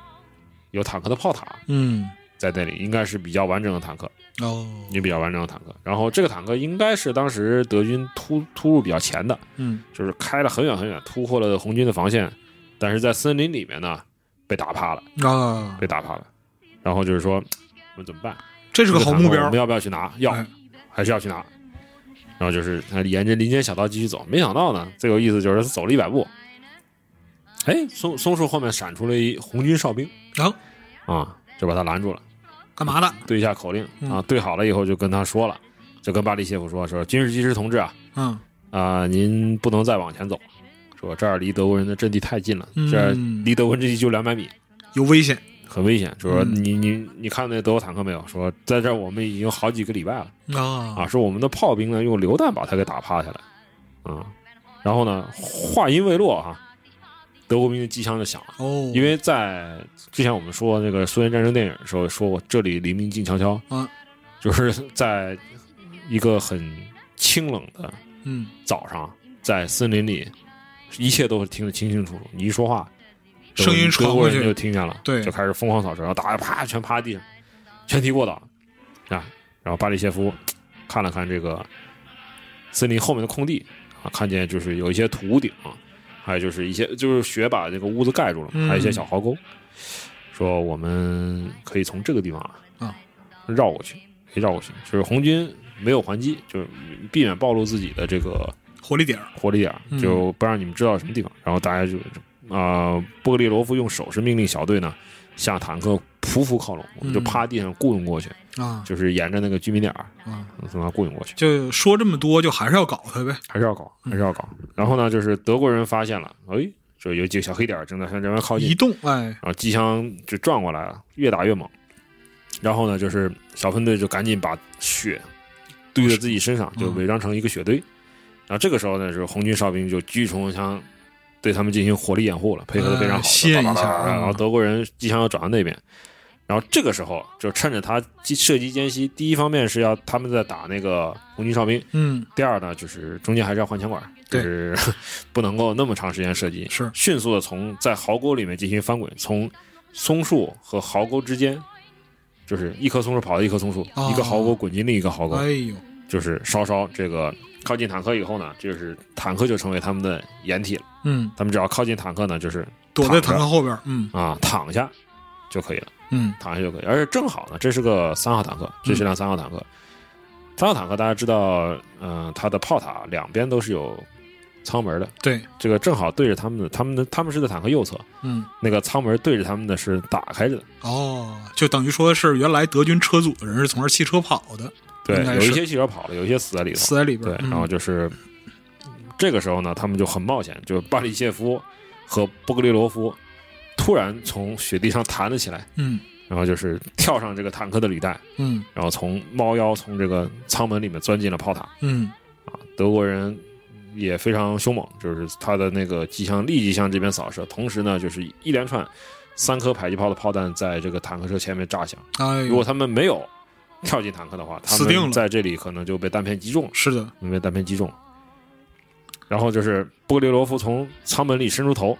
B: 有坦克的炮塔
C: 嗯，
B: 在那里，应该是比较完整的坦克，
C: 哦，
B: 也比较完整的坦克。然后这个坦克应该是当时德军突突入比较前的，
C: 嗯，
B: 就是开了很远很远，突破了红军的防线，但是在森林里面呢被打趴了，
C: 啊，
B: 被打趴了。然后就是说，我们怎么办？
C: 这是个
B: 这
C: 好
B: 坦克
C: 目
B: 我
C: 标
B: 们，要不要去拿？要
C: 哎，
B: 还是要去拿？然后就是他沿着林间小道继续走，没想到呢，最有意思就是他走了一百步，哎，松松树后面闪出了一红军哨兵
C: 然后
B: 啊，就把他拦住了，
C: 干嘛的？
B: 对一下口令啊
C: 嗯，
B: 对好了以后就跟他说了，就跟巴利谢夫说说，军事技师同志啊
C: 嗯
B: 啊、您不能再往前走，说这儿离德国人的阵地太近了，
C: 嗯
B: 这儿离德国人阵地就两百米，
C: 有危险，
B: 很危险。说
C: 嗯
B: 你你你看那德国坦克没有？说在这儿我们已经好几个礼拜了。
C: 啊
B: 啊，是我们的炮兵呢用榴弹把他给打趴下来，啊、然后呢，话音未落啊，德国兵的机枪就响了，
C: 哦，
B: 因为在之前我们说那个苏联战争电影的时候说过，这里黎明静悄悄，
C: 嗯，
B: 就是在一个很清冷的
C: 嗯
B: 早上，在森林里，一切都是听得清清楚楚，你一说话，德国
C: 声音传
B: 德国
C: 过去
B: 人就听见了，
C: 对
B: 就开始疯狂扫射，然后大家啪全趴地上，全体卧倒，啊，然后巴里谢夫看了看这个森林后面的空地啊，看见就是有一些土顶，啊还有就是一些就是雪把这个屋子盖住了嘛，
C: 嗯
B: 还有一些小壕沟，说我们可以从这个地方啊
C: 啊
B: 绕过去，可以绕过去，就是红军没有还击，就是避免暴露自己的这个
C: 火力点儿，
B: 活力点儿，
C: 嗯
B: 就不让你们知道什么地方。然后大家就啊、波格列罗夫用手势命令小队呢向坦克匍匐靠拢，我们就趴地上雇佣过去，
C: 啊
B: 就是沿着那个居民点儿
C: 啊，
B: 从那雇佣过去，
C: 就说这么多，就还是要搞他呗，
B: 还是要搞，还是要搞。嗯然后呢，就是德国人发现了，哎，就有几个小黑点儿正在向这边靠近
C: 移，动，哎，
B: 然后啊机枪就转过来了，越打越猛。然后呢，就是小分队就赶紧把血堆在自己身上，
C: 嗯
B: 就伪装成一个血堆。然后这个时候呢，是红军哨兵就狙击冲锋枪对他们进行火力掩护了，配合的非常好，
C: 呃吸引一
B: 哒
C: 下
B: 哒哒哒哒
C: 嗯
B: 然后德国人机枪又转到那边，然后这个时候就趁着他击射击间隙，第一方面是要他们在打那个红军哨兵，
C: 嗯，
B: 第二呢，就是中间还是要换枪管，就
C: 对
B: 是 不能够那么长时间射击，
C: 是
B: 迅速的从在壕沟里面进行翻滚，从松树和壕沟之间，就是一棵松树跑到一棵松树，
C: 哦
B: 一个壕沟滚进另一个壕沟，
C: 哎呦，
B: 就是稍稍这个靠近坦克以后呢，就是坦克就成为他们的掩体了，
C: 嗯，
B: 他们只要靠近坦克呢，就是
C: 躲在
B: 躺
C: 坦
B: 着
C: 克后边儿，嗯
B: 啊躺下就可以了。
C: 嗯，
B: 躺下就可以。而且正好呢，这是个三号坦克，这是辆三号坦克。三号坦克大家知道，嗯、它的炮塔两边都是有舱门的，
C: 对，
B: 这个正好对着他们的，他们的他们是在坦克右侧，
C: 嗯，
B: 那个舱门对着他们的是打开着的。
C: 哦，就等于说是原来德军车组的人是从这儿汽车跑的，
B: 对，
C: 应该
B: 有
C: 是
B: 一些汽车跑了，有一些死在嗯里头。
C: 死在里边
B: 对
C: 儿，，嗯
B: 然后就是、这个时候呢，他们就很冒险，就是巴里谢夫和波格列罗夫突然从雪地上弹了起来，
C: 嗯
B: 然后就是跳上这个坦克的履带，
C: 嗯
B: 然后从猫腰从这个舱门里面钻进了炮塔。啊
C: 嗯
B: 德国人也非常凶猛，就是他的那个机枪立即向这边扫射，同时呢，就是一连串三颗迫击炮的炮弹在这个坦克车前面炸响。
C: 嗯，哎
B: 如果
C: 呦，
B: 他们没有跳进坦克的话，他
C: 死定
B: 们
C: 了
B: 在这里可能就被弹片击中了，
C: 是的，
B: 因为弹片击中了。然后就是波列罗夫从舱门里伸出头，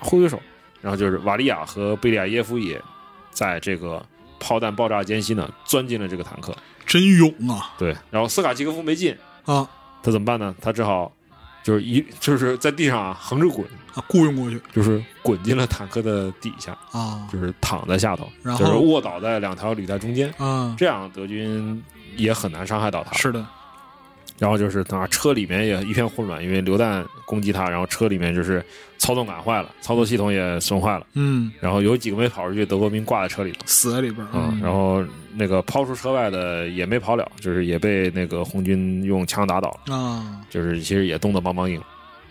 B: 挥挥手，然后就是瓦利亚和贝里亚耶夫也在这个炮弹爆炸间隙呢钻进了这个坦克。
C: 真勇啊
B: 对，然后斯卡奇科夫没进，
C: 啊
B: 他怎么办呢？他只好就是一就是在地上啊横着滚，
C: 啊，雇佣过去
B: 就是滚进了坦克的底下，
C: 啊
B: 就是躺在下头，
C: 然
B: 就是
C: 后
B: 卧倒在两条履带中间，
C: 啊，
B: 这样德军也很难伤害到他。
C: 是的，
B: 然后就是他车里面也一片混乱，因为榴弹攻击他，然后车里面就是操纵杆坏了，操作系统也损坏了，
C: 嗯，
B: 然后有几个没跑出去，德国兵挂在车里头。
C: 死在里边儿，
B: 啊、
C: 嗯
B: 然后那个抛出车外的也没跑了，就是也被那个红军用枪打倒了。
C: 啊，
B: 就是其实也冻得梆梆硬，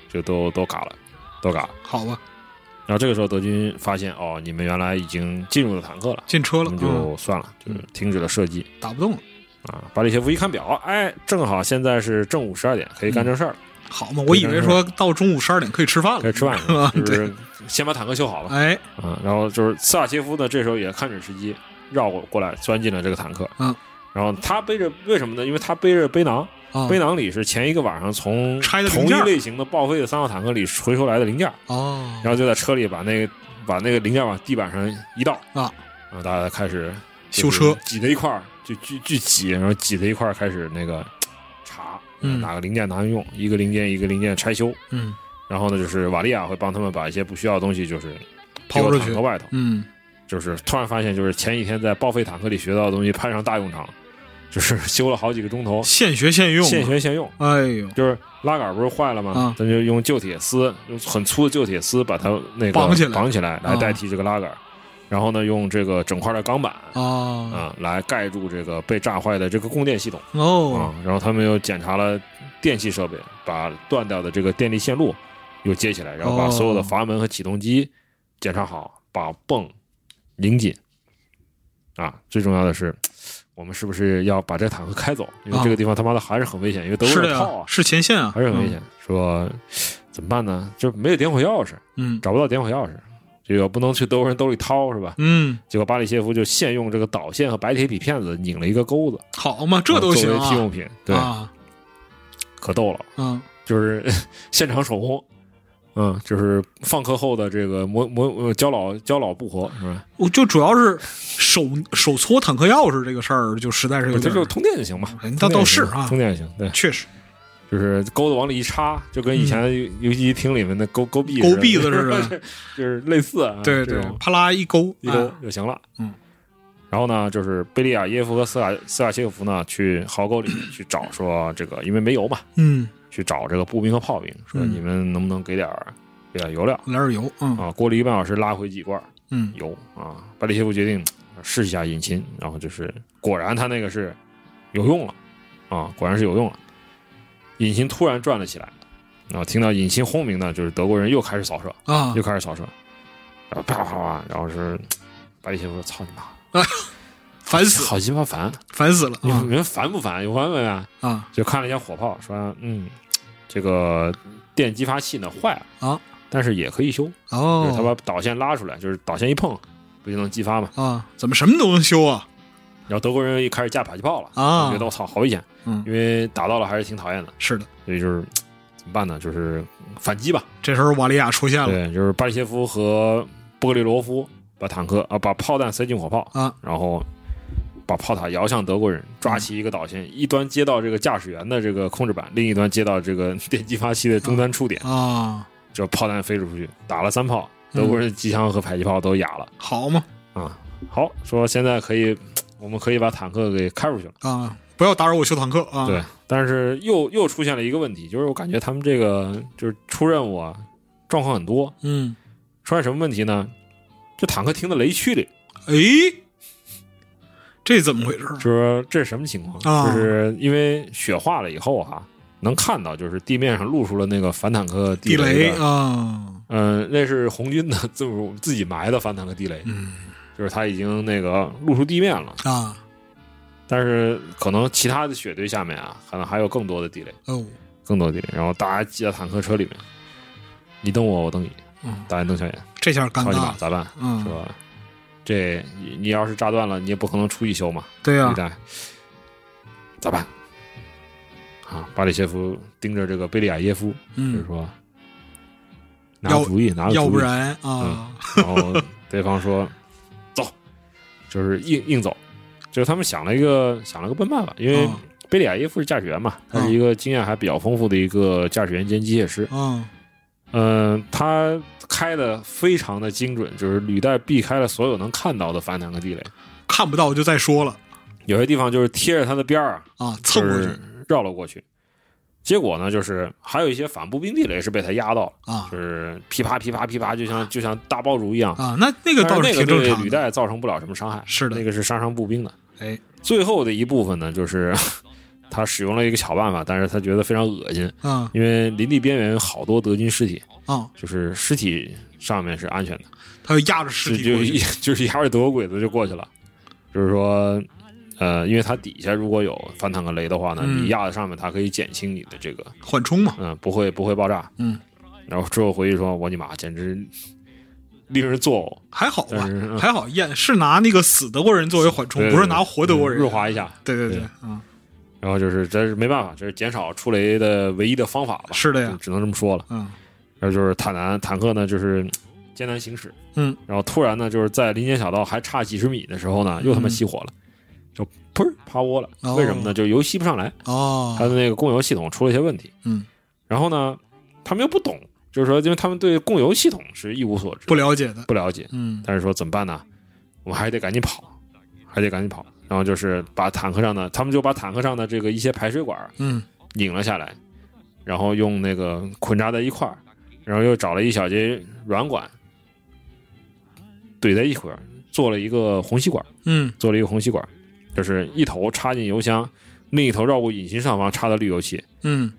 B: 就都都嘎了，都嘎了。
C: 好吧，
B: 然后这个时候德军发现哦，你们原来已经进入了坦克了，
C: 进车
B: 我
C: 了，
B: 们
C: 嗯
B: 就算了，就是停止了射击
C: 打不动了，
B: 啊。巴里谢夫一看表，哎，正好现在是正午十二点，可以干正事儿
C: 嗯
B: 了，
C: 好嘛，我以为说到中午十二点可以吃饭了，
B: 可以吃饭
C: 嗯
B: 了，就
C: 对
B: 是先把坦克修好吧。
C: 哎，
B: 啊，然后就是斯塔切夫呢，这时候也看准时机，绕过过来钻进了这个坦克。
C: 嗯。
B: 然后他背着为什么呢？因为他背着背囊，
C: 啊
B: 背囊里是前一个晚上从
C: 拆的
B: 同
C: 零
B: 一
C: 件儿
B: 类型的报废的三号坦克里回收来的零件儿。
C: 哦，
B: 然后就在车里把那个把那个零件往地板上一倒
C: 啊，
B: 然后大家开始
C: 修车，
B: 挤在一块儿就聚聚集，然后挤在一块儿开始那个查呃
C: 嗯
B: 哪个零件拿来用，一个零件一个零件拆修。
C: 嗯
B: 然后呢，就是瓦利亚会帮他们把一些不需要的东西就是
C: 抛出去
B: 丢到坦克外头。
C: 嗯，
B: 就是突然发现，就是前几天在报废坦克里学到的东西派上大用场，就是修了好几个钟头，
C: 现学现 用啊，
B: 现学现用。
C: 哎呦，
B: 就是拉杆不是坏了吗？
C: 啊
B: 咱就用旧铁丝，用很粗的旧铁丝把它那个
C: 绑起来
B: 来代替这个拉杆，然后呢，用这个整块的钢板
C: 啊
B: 啊来盖住这个被炸坏的这个供电系统
C: 哦
B: 啊。然后他们又检查了电气设备，把断掉的这个电力线路又接起来，然后把
C: 哦
B: 所有的阀门和启动机检查好，把泵拧紧。啊，最重要的是，我们是不是要把这坦克开走？因为
C: 啊
B: 这个地方他妈的还是很危险，因为德国
C: 是
B: 人
C: 的
B: 炮啊
C: 呀，，是前线啊，
B: 还是很危险。说怎么办呢？就没有点火钥匙，
C: 嗯，
B: 找不到点火钥匙，这个不能去德国人兜里掏是吧？
C: 嗯嗯，
B: 结果巴里切夫就现用这个导线和白铁笔片子拧了一个钩子，
C: 好嘛，这都行
B: 作为替
C: 啊
B: 用品，对，
C: 啊，
B: 可逗了，
C: 嗯
B: 就是 现场手工。嗯，就是放课后的这个磨磨呃焦老焦老不活是吧？
C: 我就主要是手手搓坦克钥匙这个事儿，就实在是有
B: 这
C: 点
B: 就
C: 儿，
B: 通电就行嘛，
C: 哎那
B: 通电就行
C: 倒是啊
B: 通电就行。对，
C: 确实
B: 就是钩子往里一插，就
C: 嗯
B: 跟以前游戏机厅里面的钩钩臂
C: 勾
B: 似的
C: 臂子 似的，
B: 就是类似啊。
C: 对
B: 这
C: 对
B: 种，
C: 啪啦一勾，
B: 一周
C: 哎
B: 就行了。
C: 嗯。
B: 然后呢，就是贝利亚耶夫和斯卡斯卡切夫呢，去壕沟里去找说这个，因为没油嘛，
C: 嗯，
B: 去找这个步兵和炮兵，说
C: 嗯
B: 你们能不能给点儿给点儿油料
C: 来点油，嗯
B: 啊？过了一个半小时，拉回几罐
C: 嗯，
B: 油啊。贝利切夫决定嘖试一下引擎，然后就是果然他那个是有用了啊，果然是有用了。引擎突然转了起来，然后听到引擎轰鸣呢，就是德国人又开始扫射，
C: 啊
B: 又开始扫射，然后啪啪啪，然后是白里邪说：“操你妈，
C: 烦死了，
B: 好鸡巴烦！
C: 烦死了
B: 你
C: 啊
B: 们你们烦不烦？有烦没烦
C: 啊！”
B: 就看了一下火炮，说：“嗯，这个电激发器呢坏了
C: 啊，
B: 但是也可以修，就是他把
C: 哦
B: 导线拉出来，就是导线一碰，不就能激发嘛？
C: 啊，怎么什么都能修啊？
B: 然后德国人一开始架迫击炮了，
C: 啊
B: 就觉得我操好危险，
C: 嗯
B: 因为打到了还是挺讨厌的，
C: 是的，
B: 所以就是。”怎么办呢？就是反击吧。
C: 这时候瓦利亚出现了
B: 对，就是巴里切夫和波格利罗夫把坦克啊，把炮弹塞进火炮，
C: 啊，
B: 然后把炮塔摇向德国人，抓起一个导线，一端接到这个驾驶员的这个控制板，另一端接到这个 电激发器的终端触点，
C: 啊，嗯
B: 就炮弹飞出去，打了三炮，德国人的机枪和迫击炮都哑了
C: 好嘛
B: 啊、好，说现在可以，我们可以把坦克给开出去了。
C: 啊，不要打扰我修坦克啊！
B: 对，但是又又出现了一个问题，就是我感觉他们这个就是出任务啊，状况很多，
C: 嗯，
B: 出现什么问题呢？这坦克停在雷区里，
C: 哎，这怎么回事儿？
B: 就是说这是什么情况？
C: 啊
B: 就是因为雪化了以后哈、能看到就是地面上露出了那个反坦克
C: 地
B: 雷
C: 雷
B: 的。
C: 啊，
B: 嗯、那是红军的 自主自己埋的反坦克地雷，
C: 嗯
B: 就是它已经那个露出地面了。
C: 啊，
B: 但是可能其他的雪堆下面啊，可能还有更多的地雷，
C: 哦，
B: 更多的地雷。然后大家挤到坦克车里面，你瞪我，我瞪你，
C: 嗯，
B: 大眼瞪小眼，
C: 这下尴
B: 操你妈
C: 尬，
B: 咋办？是
C: 嗯，
B: 吧？这你你要是炸断了，你也不可能出去修嘛。
C: 对啊呀
B: 一，代，咋办？啊，巴里切夫盯着这个贝利亚耶夫，就是
C: 嗯，
B: 说，拿个主意，拿个主意，
C: 要不然
B: 嗯
C: 啊，
B: 然后对方 说，走，就是硬硬走，就是他们想了一个想了个笨办法，因为
C: 嗯
B: 贝利亚耶夫是驾驶员嘛，他
C: 嗯
B: 是一个经验还比较丰富的一个驾驶员兼机械师，
C: 嗯，
B: 嗯、他开的非常的精准，就是履带避开了所有能看到的反坦克地雷，
C: 看不到就再说了
B: 有些地方就是贴着他的边儿啊。
C: 啊，蹭过
B: 就
C: 去
B: 是绕了过去。结果呢，就是还有一些反步兵地雷是被他压到了，
C: 啊
B: 就是噼啪噼啪噼啪，就像就像大爆竹一样。
C: 啊，那那个
B: 但
C: 倒
B: 是那
C: 挺
B: 个
C: 正
B: 对
C: 常
B: 履
C: 的，
B: 带造成不了什么伤害，
C: 是的
B: 那个是杀伤步兵的。
C: 哎，
B: 最后的一部分呢，就是 他使用了一个小办法，但是他觉得非常恶心，
C: 嗯
B: 因为林地边缘有好多德军尸体，
C: 啊，
B: 就是尸体上面是安全的，
C: 他就压着尸
B: 就
C: 体过
B: 就
C: 去，
B: 就是压着德国鬼子就过去了，就是说，呃，因为它底下如果有反坦克雷的话呢，
C: 嗯
B: 你压在上面，它可以减轻你的这个，
C: 缓冲嘛，
B: 嗯、不会不会爆炸。
C: 嗯，
B: 然后之后回去说，我尼玛，简直令人作呕。
C: 还好吧
B: 但是， 嗯
C: 还好验是拿那个死德国人作为缓冲
B: 对，
C: 不是
B: 对
C: 拿活德国人，
B: 润滑一下，
C: 对对
B: 对
C: 对，嗯，
B: 然后就是这是没办法，这是减少出雷的唯一的方法吧？
C: 是的
B: 就
C: 呀，
B: 只能这么说了。
C: 嗯
B: 然后就是坦南坦克呢，就是。艰难行驶。
C: 嗯，
B: 然后突然呢，就是在林间小道还差几十米的时候呢，又他妈熄火了，就砰儿趴窝了。
C: 嗯哦
B: 为什么呢？就油吸不上来，它
C: 哦，
B: 的那个供油系统出了一些问题。
C: 嗯，
B: 然后呢，他们又不懂，就是说，因为他们对供油系统是一无所知，
C: 不了解的，
B: 不了解。
C: 嗯
B: 但是说怎么办呢？我们还得赶紧跑，还得赶紧跑。然后就是把坦克上的，他们就把坦克上的这个一些排水管
C: 嗯
B: 拧了下来，然后用那个捆扎在一块儿，然后又找了一小节软管怼在一块儿，做了一个虹吸管，
C: 嗯
B: 做了一个虹吸管，就是一头插进油箱，另一头绕过引擎上方插到滤油器。
C: 嗯，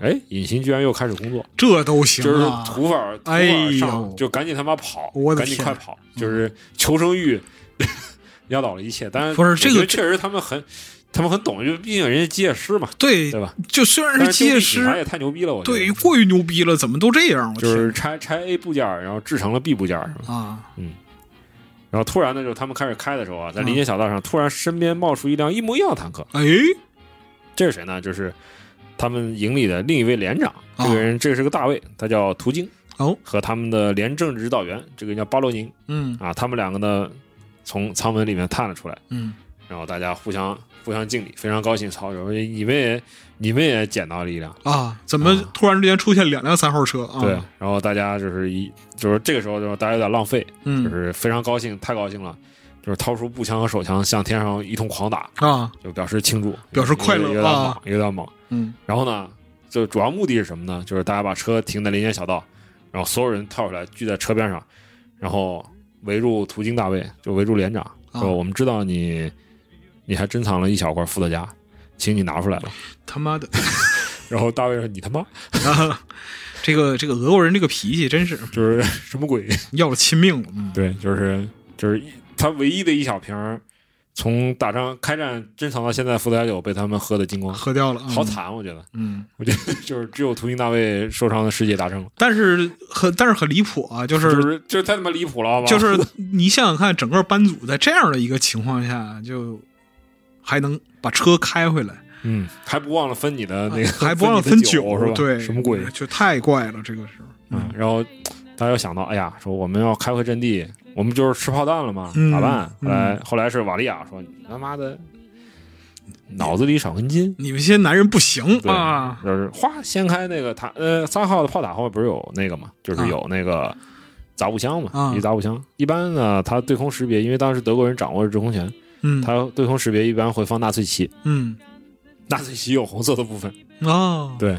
B: 哎，引擎居然又开始工作，
C: 这都行
B: 就是
C: 啊，
B: 土法儿土法
C: 哎
B: 儿
C: 呦
B: 上，就赶紧他妈跑
C: 我，的
B: 赶紧
C: 天
B: 快跑，就是求生欲 压倒了一切。但是
C: 不是
B: 我
C: 这
B: 觉
C: 个
B: 得确实他们很，他们很懂，就毕竟人家机械师嘛，
C: 对
B: 对吧？
C: 就虽然是机械
B: 但是警察
C: 师，
B: 也太牛逼了，我觉得
C: 对，过于牛逼了，怎么都这样？我
B: 就
C: 天
B: 是拆拆 A 部件儿，然后制成了 B 部件儿，是吧
C: 啊，
B: 然后突然呢，就是他们开始开的时候啊，在
C: 嗯
B: 林间小道上，突然身边冒出一辆一模一样的坦克，
C: 哎，
B: 这是谁呢？就是他们营里的另一位连长，
C: 啊
B: 这个人这是个大卫，他叫途经，
C: 哦，
B: 和他们的连政治指导员，这个人叫巴洛宁
C: 嗯
B: 啊，他们两个呢从舱门里面探了出来，
C: 嗯，
B: 然后大家互相互相敬礼，非常高兴。操，有人你们也你们也捡到了一辆，
C: 啊，怎么突然之间出现两辆三号车啊？
B: 对，，然后大家就是一就是这个时候就是大家有点浪费，就
C: 嗯
B: 是非常高兴，太高兴了，就是掏出步枪和手枪向天上一通狂打，
C: 啊，
B: 就表示庆祝，
C: 表示快乐
B: 有点
C: 啊
B: 猛，有点猛。
C: 嗯
B: 然后呢，就主要目的是什么呢？就是大家把车停在林间小道，然后所有人跳出来聚在车边上，然后围住途经大卫，就围住连长，
C: 啊
B: 说、我们知道你，你还珍藏了一小块伏特加，请你拿出来吧。
C: 他妈的，
B: 然后大卫说：“你他妈
C: 啊，这个这个俄国人这个脾气真是
B: 就是什么鬼？
C: 要了亲命了，嗯，
B: 对，就是就是一他唯一的一小瓶儿，从打仗开战珍藏到现在伏特加酒被他们喝的精光，
C: 喝掉了，嗯
B: 啊好，惨，我觉得，
C: 嗯，
B: 我觉得就是只有途经大卫受伤的世界达成了，
C: 但是很但是很离谱啊，就。
B: 就是是就是太他妈离谱了，好吧？
C: 就是 你想想看，整个班组在这样的一个情况下，就还能把车开回来，
B: 嗯，还不忘了分你的那个，
C: 还不忘
B: 分
C: 分
B: 你的酒是吧？
C: 对，
B: 什么鬼？
C: 就太怪了，这个时候。
B: 嗯，然后大家又想到，哎呀，说我们要开回阵地，我们就是吃炮弹了嘛，
C: 嗯
B: 咋办？后
C: 嗯
B: 来、后来是瓦利亚说，你他妈的脑子里少根筋。
C: 你们这些男人不行
B: 对
C: 啊！
B: 就是哗，掀开那个塔，呃，三号的炮塔后面不是有那个嘛，就是有那个杂物箱嘛，
C: 啊
B: 一杂物箱。一般呢，它对空识别，因为当时德国人掌握着制空权，
C: 嗯，
B: 它对空识别一般会放纳粹旗，
C: 嗯
B: 纳粹旗有红色的部分，
C: 哦
B: 对，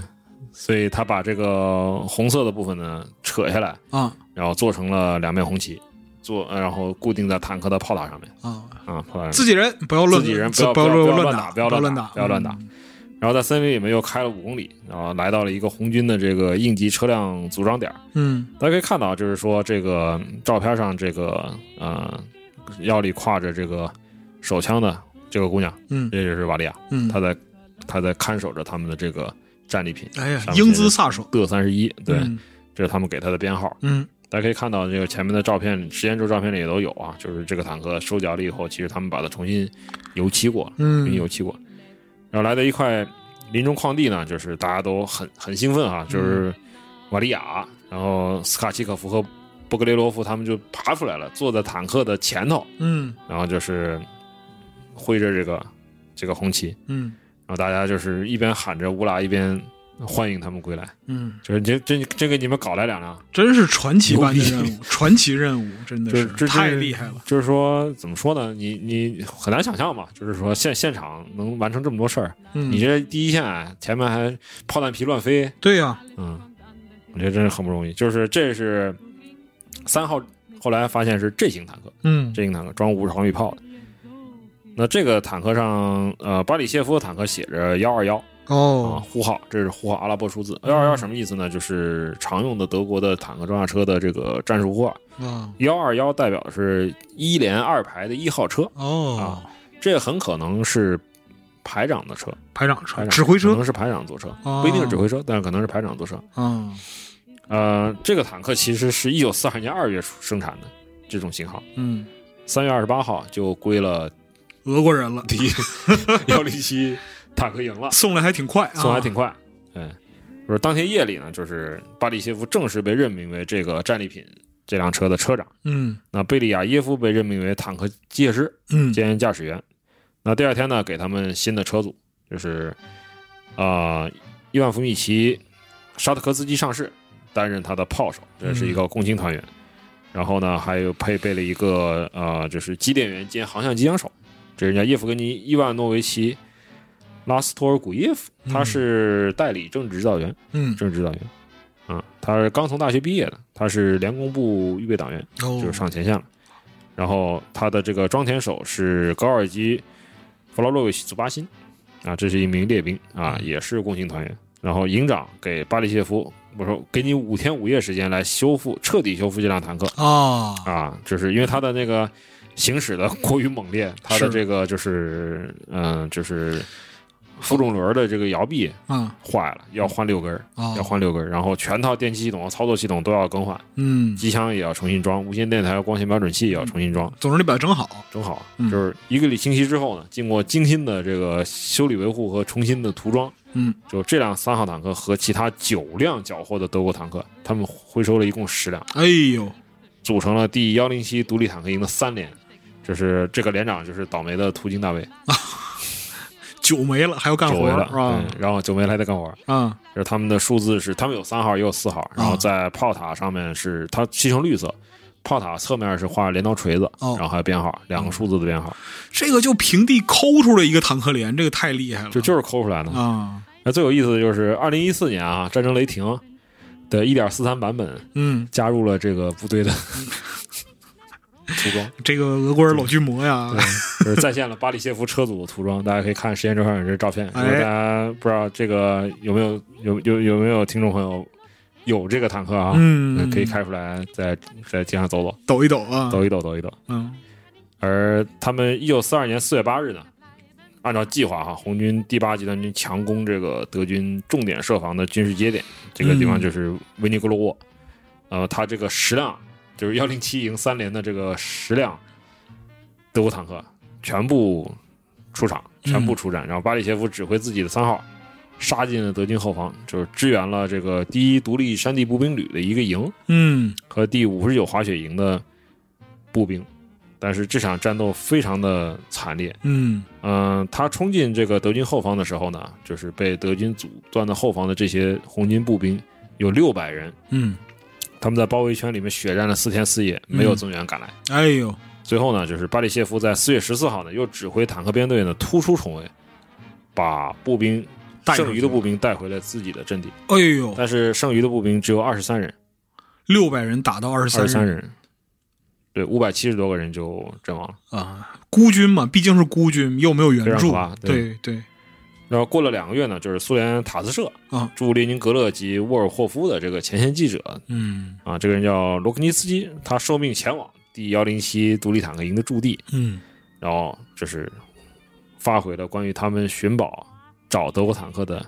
B: 所以他把这个红色的部分呢扯下来，
C: 啊
B: 然后做成了两面红旗，做呃然后固定在坦克的炮塔上面
C: 啊！
B: 啊，炮塔上
C: 自
B: 面。
C: 己人不要乱，
B: 自己人不
C: 不
B: 要不要不要
C: 乱
B: 乱
C: 打，
B: 打不要
C: 乱
B: 乱
C: 打，
B: 打不要乱打
C: 嗯。
B: 然后在森林里面又开了五公里，然后来到了一个红军的这个应急车辆组装点儿。
C: 嗯
B: 大家可以看到，就是说这个照片上这个呃腰里挎着这个手枪的这个姑娘，
C: 嗯
B: 这就是瓦利亚，
C: 嗯，
B: 她在她在看守着他们的这个战利品
C: 哎呀，
B: 上面
C: 英姿飒爽。
B: 德三十一，对，
C: 嗯
B: 这是他们给她的编号。
C: 嗯
B: 大家可以看到，这个前面的照片，实验周照片里也都有啊，就是这个坦克收脚了以后，其实他们把它重新油漆过了，重新
C: 嗯
B: 油漆过。然后来到一块林中旷地呢，就是大家都很很兴奋啊，
C: 嗯
B: 就是瓦利亚，然后斯卡奇可夫和波格雷罗夫他们就爬出来了，坐在坦克的前头，
C: 嗯
B: 然后就是挥着这个这个红旗，
C: 嗯
B: 然后大家就是一边喊着乌拉，一边欢迎他们归来，
C: 嗯，
B: 就是真真真给你们搞来两辆。
C: 真是传奇般的
B: 牛逼
C: 任务，传奇任务真的
B: 就是这
C: 太
B: 这
C: 厉害了。
B: 就是说，怎么说呢？你你很难想象嘛，就是说现现场能完成这么多事儿，
C: 嗯，
B: 你这第一线啊前面还炮弹皮乱飞，
C: 对啊呀，
B: 嗯，我觉得真是很不容易。就是这是三号，后来发现是 J 型坦克
C: 嗯
B: ，J 型坦克装五十毫米炮的。那这个坦克上，呃，巴里谢夫坦克写着幺二幺啊
C: 哦，
B: 呼号，这是呼号阿拉伯数字。幺二幺什么意思呢？就是常用的德国的坦克装甲车的这个战术呼号。
C: 啊
B: 幺二幺代表的是一连二排的一号车，
C: 哦
B: 啊，这很可能是排长的车，
C: 排长
B: 排
C: 传
B: 长
C: 指挥
B: 可
C: 车
B: 能是排长坐车，
C: 哦
B: 不一定是指挥车，但是可能是排长坐车。
C: 啊，
B: 呃，这个坦克其实是一九四二年二月生产的这种型号，
C: 嗯，
B: 三月二十八号就归了
C: 俄 国人了，
B: 第幺零七坦克营了，
C: 送来还挺快啊，
B: 送还挺快。嗯对，就是当天夜里呢，就是巴里谢夫正式被任命为这个战利品这辆车的车长。
C: 嗯
B: 那贝利亚耶夫被任命为坦克机械师
C: 嗯
B: 兼驾驶员。那第二天呢，给他们新的车组，就是啊、呃伊万夫米奇沙特科斯基上士担任他的炮手，这是一
C: 嗯
B: 个共青团员。然后呢，还有配备了一个呃，就是机电员兼航向机枪手，这是人家叶夫根尼伊万诺维奇拉斯托尔古耶夫，他
C: 嗯
B: 是代理政治指导员。
C: 嗯，
B: 政治指导员，啊，他是刚从大学毕业的，他是联工部预备党员，
C: 哦
B: 就是上前线了。然后他的这个装填手是高尔基弗劳洛维奇·祖巴辛，啊，这是一名列兵啊，也是共青团员。然后营长给巴里谢夫，我说给你五天五夜时间来修复，彻底修复这辆坦克
C: 啊，
B: 啊，就是因为他的那个行驶的过于猛烈，他的
C: 是
B: 这个就是嗯、就是负重轮的这个摇臂
C: 嗯
B: 坏了，要换六根儿。
C: 啊，
B: 要换六根儿，然后全套电气系统、操作系统都要更换，
C: 嗯，
B: 机枪也要重新装，无线电台、光纤瞄准器也要重新装。
C: 总之你把它整好，
B: 正好
C: 嗯
B: 就是一个礼星期之后呢，经过精心的这个修理维护和重新的涂装，
C: 嗯，
B: 就这辆三号坦克和其他九辆缴获的德国坦克，他们回收了一共十辆，
C: 哎呦，
B: 组成了第幺零七独立坦克营的三连。这是这个连长就是倒霉的途经大卫，
C: 酒没了还要干
B: 久
C: 活
B: 违
C: 儿
B: 了，
C: 啊
B: 对，然后久没来的干活儿，
C: 啊
B: 就是他们的数字是，他们有三号也有四号，然后在炮塔上面是它漆成绿色，炮塔侧面是画镰刀锤子，
C: 哦
B: 然后还有编号，两个数字的编号，
C: 这个就平地抠出来一个坦克连，这个太厉害了，
B: 就就是抠出来的。
C: 啊，
B: 那最有意思的就是二零一四年啊，战争雷霆的一点四三版本
C: 嗯，
B: 加入了这个部队的 涂装，
C: 这个俄国人老巨魔呀，
B: 就是再现了巴里谢夫车组的涂装，大家可以看实验周上有这照片。如
C: 哎
B: 果大家不知道这个有没有有有有没有听众朋友有这个坦克啊？
C: 嗯，
B: 可以开出来，在在街上走走。
C: 抖一抖啊，
B: 抖一抖，抖一抖。
C: 嗯
B: 而他们一九四二年四月八日呢，按照计划哈，红军第八集团军强攻这个德军重点设防的军事节点，这个地方
C: 嗯
B: 就是维尼格罗沃。呃，他这个十辆就是幺零七营三连的这个十辆德国坦克全部出场，全部出战。然后巴里切夫指挥自己的三号杀进了德军后方，就是支援了这个第一独立山地步兵旅的一个营。
C: 嗯，
B: 和第五十九滑雪营的步兵，但是这场战斗非常的惨烈。
C: 嗯
B: 嗯、他冲进这个德军后方的时候呢，就是被德军阻断的后方的这些红军步兵有六百人，
C: 嗯，
B: 他们在包围圈里面血战了四天四夜，没有增援赶来。
C: 哎呦，
B: 最后呢，就是巴里谢夫在四月十四号呢，又指挥坦克编队呢突出重围，把步兵
C: 带出去
B: 剩余的步兵带回了自己的阵地，
C: 哎呦，
B: 但是剩余的步兵只有二十三人，
C: 六百人打到二十
B: 二十
C: 三
B: 三人，对，五百七十多个人就阵亡了。
C: 啊，孤军嘛，毕竟是孤军，又没有
B: 非
C: 援
B: 常
C: 助
B: 滑，
C: 对
B: 对
C: 对，
B: 然后过了两个月呢，就是苏联塔斯社
C: 啊
B: 驻列宁格勒及沃尔霍夫的这个前线记者
C: 嗯
B: 啊，这个人叫罗克尼斯基，他受命前往第幺零七独立坦克营的驻地，
C: 嗯
B: 然后就是发回了关于他们寻宝找德国坦克的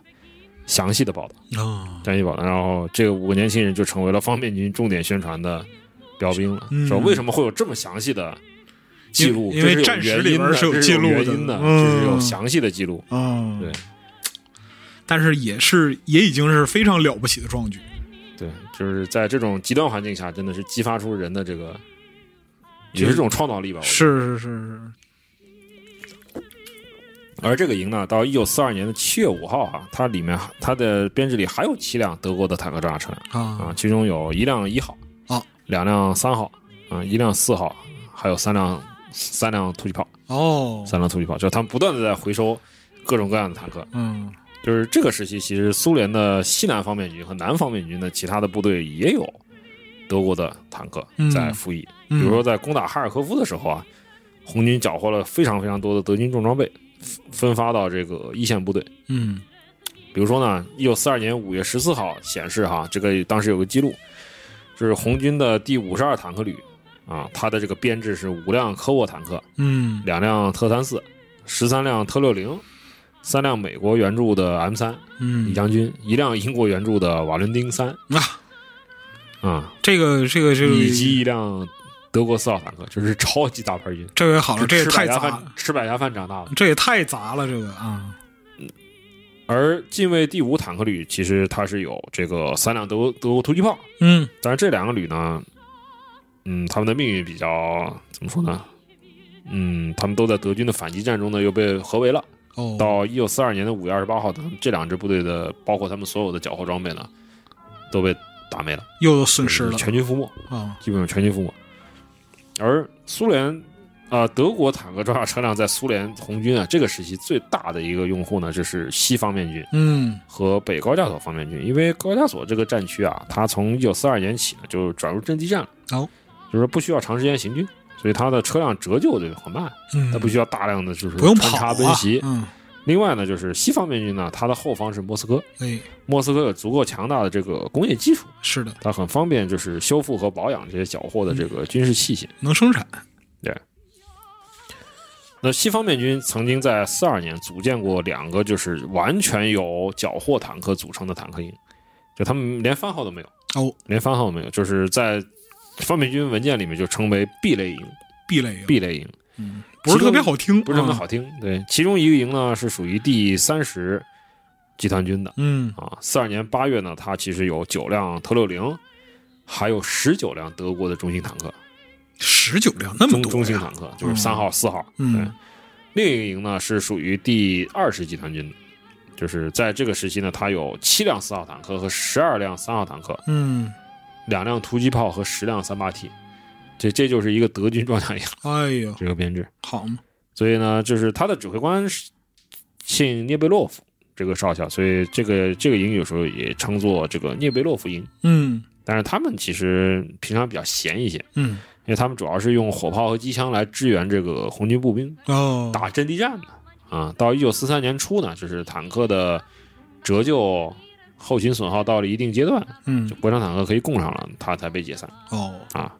B: 详细的报道，
C: 啊，
B: 详细报道。然后这个五个年轻人就成为了方面军重点宣传的标兵了，
C: 嗯
B: 说为什么会有这么详细的记录？
C: 因因为
B: 这
C: 战
B: 是
C: 史
B: 有
C: 里
B: 原因
C: 边
B: 的，
C: 是有
B: 这
C: 记录
B: 原
C: 的
B: 因的，
C: 嗯
B: 这是有详细的记录。
C: 哦，
B: 对，
C: 但是也是也已经是非常了不起的壮举，
B: 对，就是在这种极端环境下，真的是激发出人的这个，
C: 就
B: 也是这种创造力吧。我觉
C: 是是是
B: 得而这个营呢，到一九四二年的七月五号啊，它里面还它的编制里还有七辆德国的坦克装甲车辆
C: 是啊
B: 啊，其中有一辆一号，
C: 哦，
B: 两辆三号，啊，一辆四号，还有三辆三辆突击炮，
C: 哦，
B: 三辆突击炮，就是他们不断的在回收各种各样的坦克。
C: 嗯
B: 就是这个时期，其实苏联的西南方面军和南方面军的其他的部队也有德国的坦克在
C: 嗯
B: 服役。
C: 嗯，
B: 比如说在攻打哈尔科夫的时候啊，红军缴获了非常非常多的德军重装备，分分发到这个一线部队。
C: 嗯
B: 比如说呢，一九四二年五月十四号显示哈，这个当时有个记录，就是红军的第五十二坦克旅啊，它的这个编制是五辆科沃坦克，
C: 嗯
B: 两辆特三四，十三辆特六零，三辆美国援助的 M 三
C: 嗯
B: 李将军，一辆英国援助的瓦伦丁三
C: 啊，
B: 啊，
C: 这个这个这个
B: 以及一辆德国四号坦克，就是超级大牌军。
C: 这个也好了，哦这也
B: 吃
C: 太
B: 百
C: 杂
B: 家
C: 了
B: 饭，吃百家饭长大的。
C: 这也太杂了，这个啊，
B: 而近卫第五坦克旅其实它是有这个三辆德国德国突击炮，
C: 嗯
B: 但是这两个旅呢，嗯，他们的命运比较怎么说呢？嗯，他们都在德军的反击战中呢又被合围了。
C: 哦，
B: 到一九四二年的五月二十八号，他们这两支部队的，包括他们所有的缴获装备呢，都被打没了，
C: 又损失了
B: 全军覆没，
C: 啊，
B: 基本上全军覆没。而苏联啊、德国坦克装甲车辆在苏联红军啊这个时期最大的一个用户呢，就是西方面军
C: 嗯，
B: 和北高加索方面军，因为高加索这个战区啊，它从一九四二年起呢就转入阵地战了，
C: 哦，
B: 就是说不需要长时间行军，所以它的车辆折旧就很慢，
C: 嗯
B: 它不需要大量的就是
C: 不用
B: 穿
C: 跑
B: 插
C: 啊
B: 奔袭，
C: 嗯，
B: 另外呢，就是西方面军呢，它的后方是莫斯科，
C: 哎，
B: 莫斯科有足够强大的这个工业基础，
C: 是的，
B: 它很方便就是修复和保养这些缴获的这个军事器械。
C: 能生产，
B: 那西方面军曾经在四二年组建过两个就是完全由缴获坦克组成的坦克营，就他们连番号都没有，
C: 哦，
B: 连番号都没有，就是在方面军文件里面就称为 B 类营
C: 壁垒啊嗯
B: ，B 类营
C: 不是特别好听，
B: 不是那么
C: 啊，
B: 好听。对，其中一个营呢是属于第三十集团军的。
C: 嗯，
B: 啊，四二年八月呢，它其实有九辆特六零，还有十九辆德国的中型坦克，
C: 十九辆那么
B: 中
C: 多呀，
B: 中型坦克就是三号、四号。对
C: 嗯，，
B: 另一个营呢是属于第二十集团军的，就是在这个时期呢，它有七辆四号坦克和十二辆三号坦克，
C: 嗯，
B: 两辆突击炮和十辆三八 T，这这就是一个德军装甲 营
C: 哎呦，
B: 这个编制。
C: 好嘛，
B: 所以呢，就是他的指挥官是姓涅贝洛夫这个少校，所以这个这个营有时候也称作这个涅贝洛夫营。
C: 嗯
B: 但是他们其实平常比较闲一些，
C: 嗯，
B: 因为他们主要是用火炮和机枪来支援这个红军步兵
C: 哦，
B: 打阵地战的啊。到一九四三年初呢，就是坦克的折旧后勤损耗到了一定阶段，
C: 嗯
B: 就国产坦克可以供上了，它才被解散
C: 哦，
B: 啊。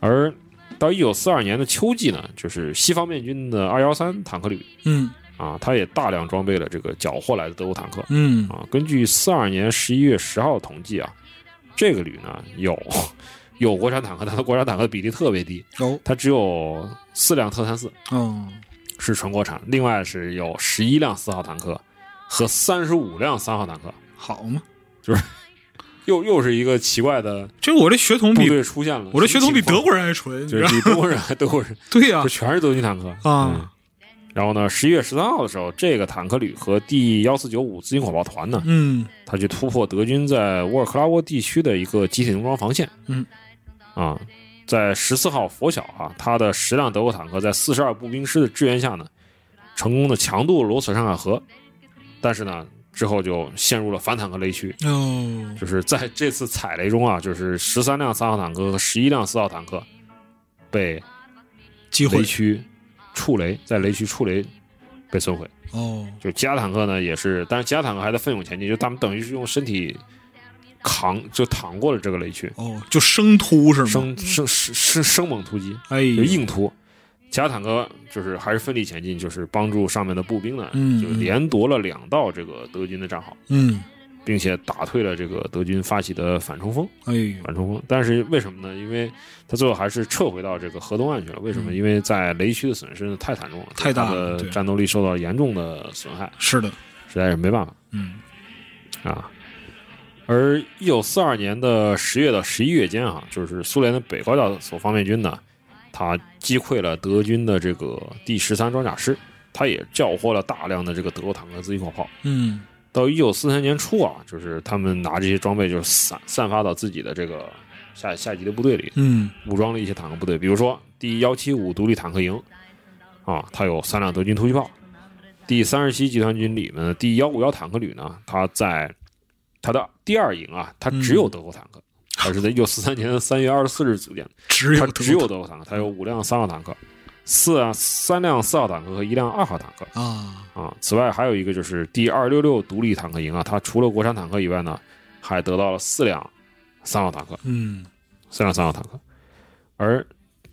B: 而到一九四二年的秋季呢，就是西方面军的二幺三坦克旅
C: 嗯
B: 啊，它也大量装备了这个缴获来的德国坦克
C: 嗯，
B: 啊。根据四二年十一月十号的统计啊，这个旅呢有有国产坦克，但它国产坦克的比例特别低，
C: 有，
B: 它只有四辆特三四
C: 哦，
B: 是纯国产，另外是有十一辆四号坦克和三十五辆三号坦克，
C: 好嘛，
B: 又又是一个奇怪的
C: 这我这血统
B: 部
C: 比
B: 队出现了。
C: 我这血统比
B: 什么情
C: 德
B: 况
C: 国人还纯，你
B: 就
C: 知
B: 是
C: 道
B: 比德国人还德国人，
C: 对呀
B: 就，全是德军坦克
C: 啊
B: 嗯然后呢，十一月十三号的时候，这个坦克旅和第幺四九五自行火炮团呢，
C: 嗯
B: 他去突破德军在沃尔克拉沃地区的一个集体农庄防线。
C: 嗯，
B: 啊，在十四号拂晓啊，他的十辆德国坦克在四十二步兵师的支援下呢，成功的强渡罗索上海河，但是呢，之后就陷入了反坦克雷区。
C: 哦，
B: 就是在这次踩雷中啊，就是十三辆三号坦克和十一辆四号坦克被
C: 机
B: 雷
C: 会
B: 区触雷，在雷区触雷被损毁。
C: 哦，
B: 就其他坦克呢也是，但是其他坦克还在奋勇前进，就他们等于是用身体扛，就淌过了这个雷区，
C: 哦，就生突是吗？
B: 生生生生生猛突击，
C: 哎
B: 就
C: 呦，
B: 硬突。其他坦克就是还是奋力前进，就是帮助上面的步兵呢，
C: 嗯
B: 就连夺了两道这个德军的战壕，
C: 嗯，
B: 并且打退了这个德军发起的反冲锋。
C: 哎呦，
B: 反冲锋，但是为什么呢？因为他最后还是撤回到这个河东岸去了。为什么？
C: 嗯
B: 因为在雷区的损失呢太惨重了，
C: 太大
B: 他
C: 了
B: 的
C: 对
B: 战斗力受到严重的损害，
C: 是的，
B: 实在是没办法。
C: 嗯
B: 啊。而一九四二年的十月到十一月间啊，就是苏联的北高加索方面军呢，他击溃了德军的这个第十三装甲师，他也缴获了大量的这个德国坦克自行火炮。
C: 嗯，
B: 到一九四三年初啊，就是他们拿这些装备就散散发到自己的这个下下级的部队里，
C: 嗯，
B: 武装了一些坦克部队，比如说第幺七五独立坦克营，啊，它有三辆德军突击炮；第三十七集团军里面的第幺五幺坦克旅呢，它在它的第二营啊，它只有德国坦克，它是在一九四三年 的三月嗯二十四日组建的，
C: 只有
B: 它
C: 德
B: 只有
C: 国
B: 德国坦克，它有五辆三号坦克，四啊三辆四号坦克和一辆二号坦克
C: 啊，
B: 啊。此外还有一个就是第二六六独立坦克营啊，它除了国产坦克以外呢，还得到了四辆三号坦克。
C: 嗯
B: 三辆三号坦克。而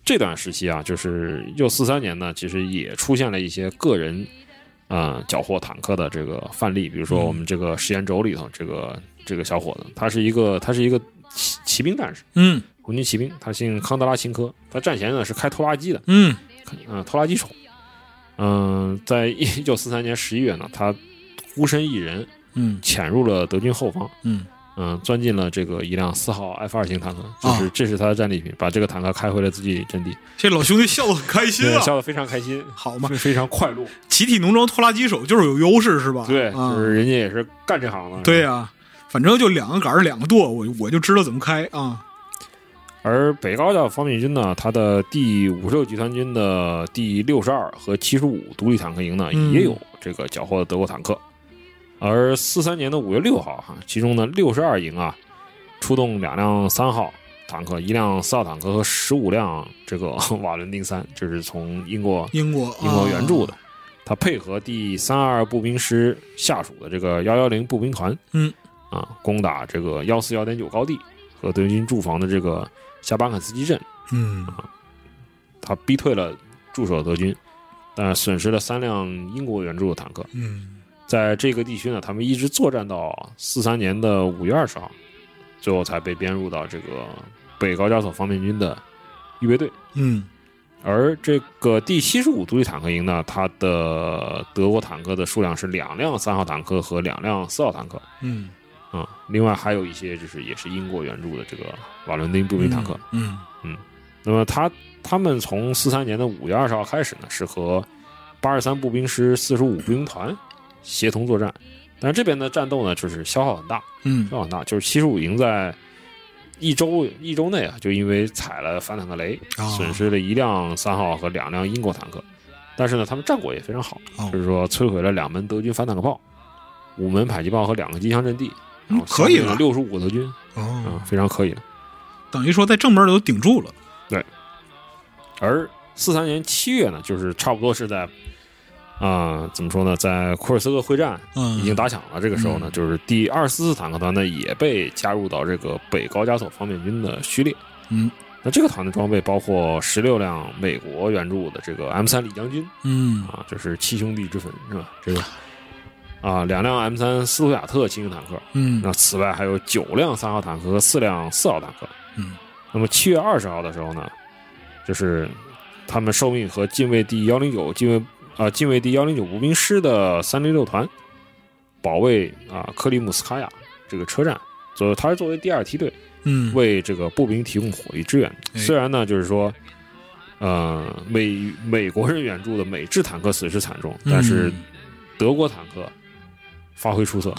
B: 这段时期啊，就是一九四三年呢，其实也出现了一些个人啊、呃、缴获坦克的这个范例，比如说我们这个时间轴里头，这个这个小伙子，他是一个他是一个骑骑兵战士，
C: 嗯
B: 红军骑兵，他姓康德拉琴科，他战前呢是开拖拉机的，
C: 嗯，
B: 嗯、拖拉机手。嗯、在一九四三年十一月呢，他孤身一人
C: 嗯
B: 潜入了德军后方，
C: 嗯，
B: 嗯，钻进了这个一辆四号 F 二型坦克，
C: 啊
B: 就是这是他的战利品，把这个坦克开回了自己阵地，
C: 这老兄弟笑得很开心
B: 对
C: 啊，
B: 笑得非常开心，
C: 好嘛，
B: 非常快乐。
C: 集体农庄拖拉机手就是有优势是吧？
B: 对，
C: 啊
B: 就是人家也是干这行的。
C: 对呀、反正就两个杆儿两个舵，我我就知道怎么开啊。
B: 而北高校方面军呢，它的第五十六集团军的第六十二和七十五独立坦克营呢，
C: 嗯
B: 也有这个缴获的德国坦克。而四三年的五月六号哈，其中呢六十二营啊，出动两辆三号坦克、一辆四号坦克和十五辆这个 瓦伦丁三，这是从英国
C: 英国
B: 英国援助
C: 的，
B: 的。他配合第三二步兵师下属的这个幺幺零步兵团，
C: 嗯，
B: 啊，攻打这个幺四幺点九高地和德军驻防的这个夏巴肯斯基镇，
C: 嗯
B: 他逼退了驻守德军，但是损失了三辆英国援助的坦克。
C: 嗯，
B: 在这个地区呢，他们一直作战到四三年的五月二十号，最后才被编入到这个北高加索方面军的预备队。
C: 嗯
B: 而这个第七十五独立坦克营呢，它的德国坦克的数量是两辆三号坦克和两辆四号坦克
C: 嗯，
B: 啊、另外还有一些就是也是英国援助的这个瓦伦丁步
C: 步
B: 兵坦克。，
C: 嗯
B: 那么他他们从四三年的五月二十号开始呢，是和八十三步兵师四十五步兵团协同作战，但是这边的战斗呢，就是消耗很大，
C: 嗯
B: 消耗很大，啊就是七十五营在一周一周内啊，就因为踩了反坦克雷，
C: 啊
B: 损失了一辆三号和两辆英国坦克。但是呢，他们战果也非常好，
C: 哦
B: 就是说摧毁了两门德军反坦克炮、五门迫击炮和两个机枪阵地，然后
C: 嗯可以了
B: 六十五德军啊、
C: 哦，
B: 非常可以了。
C: 等于说在正门都顶住了，
B: 而四三年七月呢，就是差不多是在啊、怎么说呢，在库尔斯克会战
C: 嗯，
B: 已经打响了。这个时候呢，就是第二十四坦克团呢也被加入到这个北高加索方面军的序列。
C: 嗯，
B: 那这个团的装备包括十六辆美国援助的这个 M 三李将军
C: 嗯
B: 啊，这是七兄弟之分是吧？这个啊，两辆 M 三斯图亚特轻型坦克，
C: 嗯
B: 那此外还有九辆三号坦克和四辆四号坦克。
C: 嗯，
B: 那么七月二十号的时候呢，就是他们受命和近卫第幺零九近卫啊、近卫第幺零九步兵师的三零六团保卫啊、克里姆斯卡亚这个车站，所以他是作为第二梯队
C: 嗯
B: 为这个步兵提供火力支援。
C: 哎
B: 虽然呢，就是说。呃，美美国人援助的美制坦克损失惨重，但是
C: 嗯
B: 德国坦克发挥出色，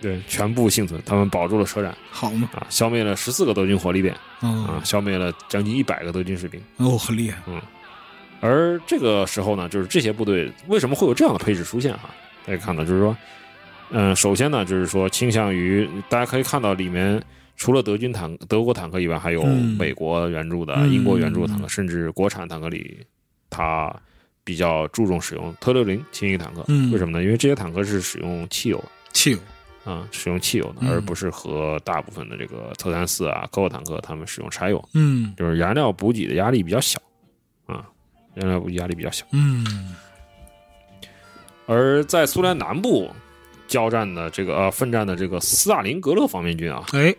B: 对，全部幸存，他们保住了车站
C: 嗯 好嘛，
B: 啊，消灭了十四个德军火力点啊
C: 啊，
B: 消灭了将近一百个德军士兵。
C: 哦，很厉害，
B: 嗯而这个时候呢，就是这些部队为什么会有这样的配置出现哈、大家看到，就是说，嗯、首先呢，就是说倾向于大家可以看到里面除了德军坦德国坦克以外，还有
C: 嗯
B: 美国援助的、
C: 嗯
B: 英国援助的坦克，甚至国产坦克里，它比较注重使用特六零轻型坦克。
C: 嗯
B: 为什么呢？因为这些坦克是使用汽油
C: 汽油，
B: 啊、使用汽油的，
C: 嗯
B: 而不是和大部分的这个特三四啊、科沃坦克他们使用柴油。
C: 嗯
B: 就是燃料补给的压力比较小啊，燃料补给压力比较小。
C: 嗯
B: 而在苏联南部交战的这个呃奋战的这个斯大林格勒方面军啊，
C: 哎，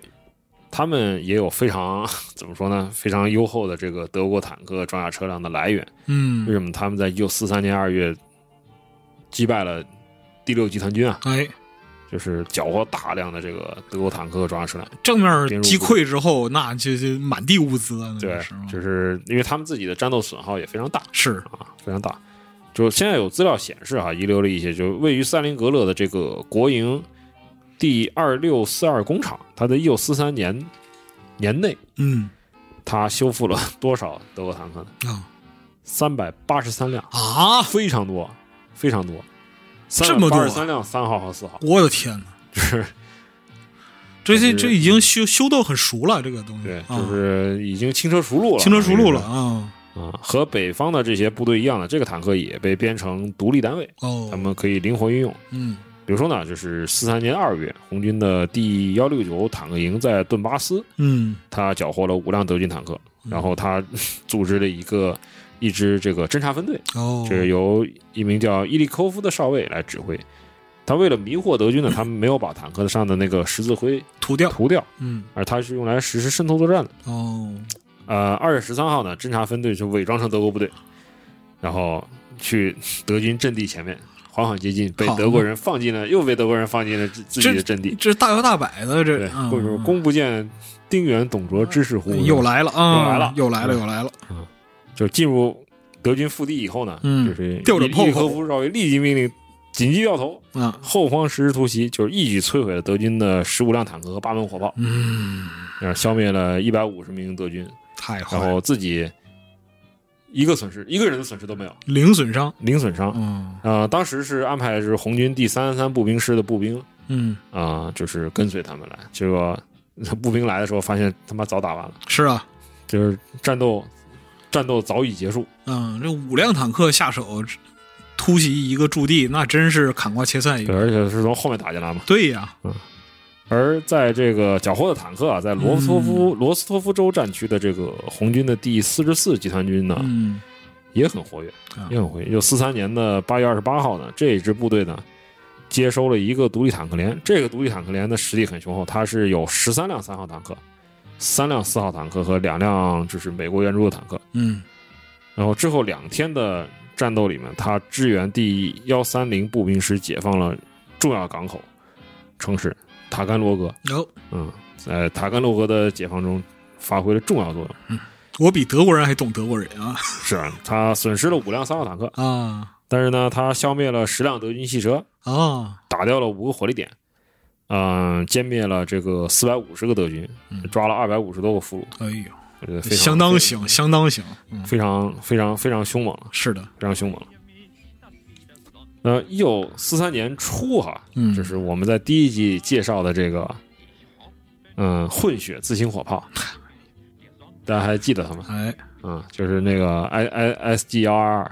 B: 他们也有非常 怎么说呢，非常优厚的这个德国坦克装甲车辆的来源。为
C: 嗯
B: 什么他们在一九四三年二月击败了第六集团军啊？
C: 哎，
B: 就是缴获大量的这个德国坦克和装甲车辆。
C: 正面击溃之后，那就就满地物资啊，那
B: 对
C: 个时候，
B: 就是因为他们自己的战斗损耗也非常大。
C: 是，
B: 啊，非常大。就现在有资料显示哈、遗留了一些，就是位于三林格勒的这个国营第二六四二工厂，它在一九四三年年内，
C: 嗯
B: 它修复了多少德国坦克呢？
C: 啊
B: 三百八十三辆，
C: 啊，
B: 非常多，非常多。
C: 这么多
B: 八
C: 啊
B: 十三辆三号和四号，
C: 我的天哪！
B: 就是
C: 这
B: 就
C: 这
B: 是
C: 这已经修修到很熟了，这个东西，
B: 对，
C: 啊
B: 就是已经轻车熟路了，
C: 轻车熟路了啊。
B: 啊、和北方的这些部队一样的，这个坦克也被编成独立单位，
C: 哦，
B: 他们可以灵活运用。
C: 嗯
B: 比如说呢，就是四三年二月，红军的第幺六九坦克营在顿巴斯，
C: 嗯
B: 他缴获了五辆德军坦克，
C: 嗯
B: 然后他 组织了一个一支这个侦察分队，
C: 哦，
B: 这是由一名叫伊利科夫的少尉来指挥。他为了迷惑德军呢，他们没有把坦克上的那个十字徽
C: 涂掉，
B: 涂掉，
C: 嗯
B: 而他是用来实施渗透作战的。
C: 哦，
B: 呃，二月十三号呢，侦察分队就伪装成德国部队，然后去德军阵地前面缓缓接近，被
C: 好
B: 德国人放进了，又被德国人放进了自自己的阵地。
C: 这大摇大摆的这
B: 对，，
C: 嗯
B: 或者说攻不见丁原董卓之是乎？
C: 又来了啊，
B: 又来了
C: 又来了，
B: 嗯
C: 又来了，
B: 就进入德军腹地以后呢，
C: 嗯
B: 就是
C: 吊着
B: 伊
C: 炮口
B: 利科夫少尉立即命令紧急掉头，
C: 啊，
B: 后方实施突袭，就是一举摧毁了德军的十五辆坦克和八门火炮，
C: 嗯，
B: 然后消灭了一百五十名德军，
C: 太坏
B: 然
C: 了，
B: 后自己一个损失，一个人的损失都没有，
C: 零损伤，
B: 零损伤。
C: 嗯
B: 呃，当时是安排的是红军第三十三步兵师的步兵
C: 嗯，
B: 啊、就是跟随他们来。结果步兵来的时候，发现他妈早打完了，
C: 是啊，
B: 就是战斗战斗早已结束。
C: 嗯，这五辆坦克下手突袭一个驻地，那真是砍瓜切菜一
B: 对，
C: 个，
B: 而且是从后面打进来嘛。
C: 对呀，
B: 而在这个缴获的坦克啊，在罗斯托夫、罗斯托夫州战区的这个红军的第四十四集团军呢，
C: 嗯
B: 也很活跃
C: 啊，
B: 也很活跃。就四三年的八月二十八号呢，这一支部队呢，接收了一个独立坦克连。这个独立坦克连的实力很雄厚，它是有十三辆三号坦克、三辆四号坦克和两辆就是美国援助的坦克。
C: 嗯
B: 然后之后两天的战斗里面，他支援第幺三零步兵师解放了重要港口城市塔甘罗格。
C: 有。
B: 嗯，在塔甘罗格的解放中发挥了重要作用。
C: 我比德国人还懂德国人啊
B: 是啊他损失了五辆三号坦克，
C: 啊
B: 但是呢，他消灭了十辆德军汽车，
C: 啊！
B: 打掉了五个火力点，嗯、歼灭了这个四百五十个德军，抓了二百五十多个俘虏，
C: 哎呦，
B: 我觉得非常
C: 相当，行，相当行，嗯，
B: 非常非常非常凶猛了，
C: 是的，
B: 非常凶猛了。呃，一九四三年初哈，
C: 嗯
B: 就是我们在第一季介绍的这个，嗯，混血自行火炮，大家还记得他吗？
C: 哎，
B: 嗯，就是那个 I I S G 幺二二，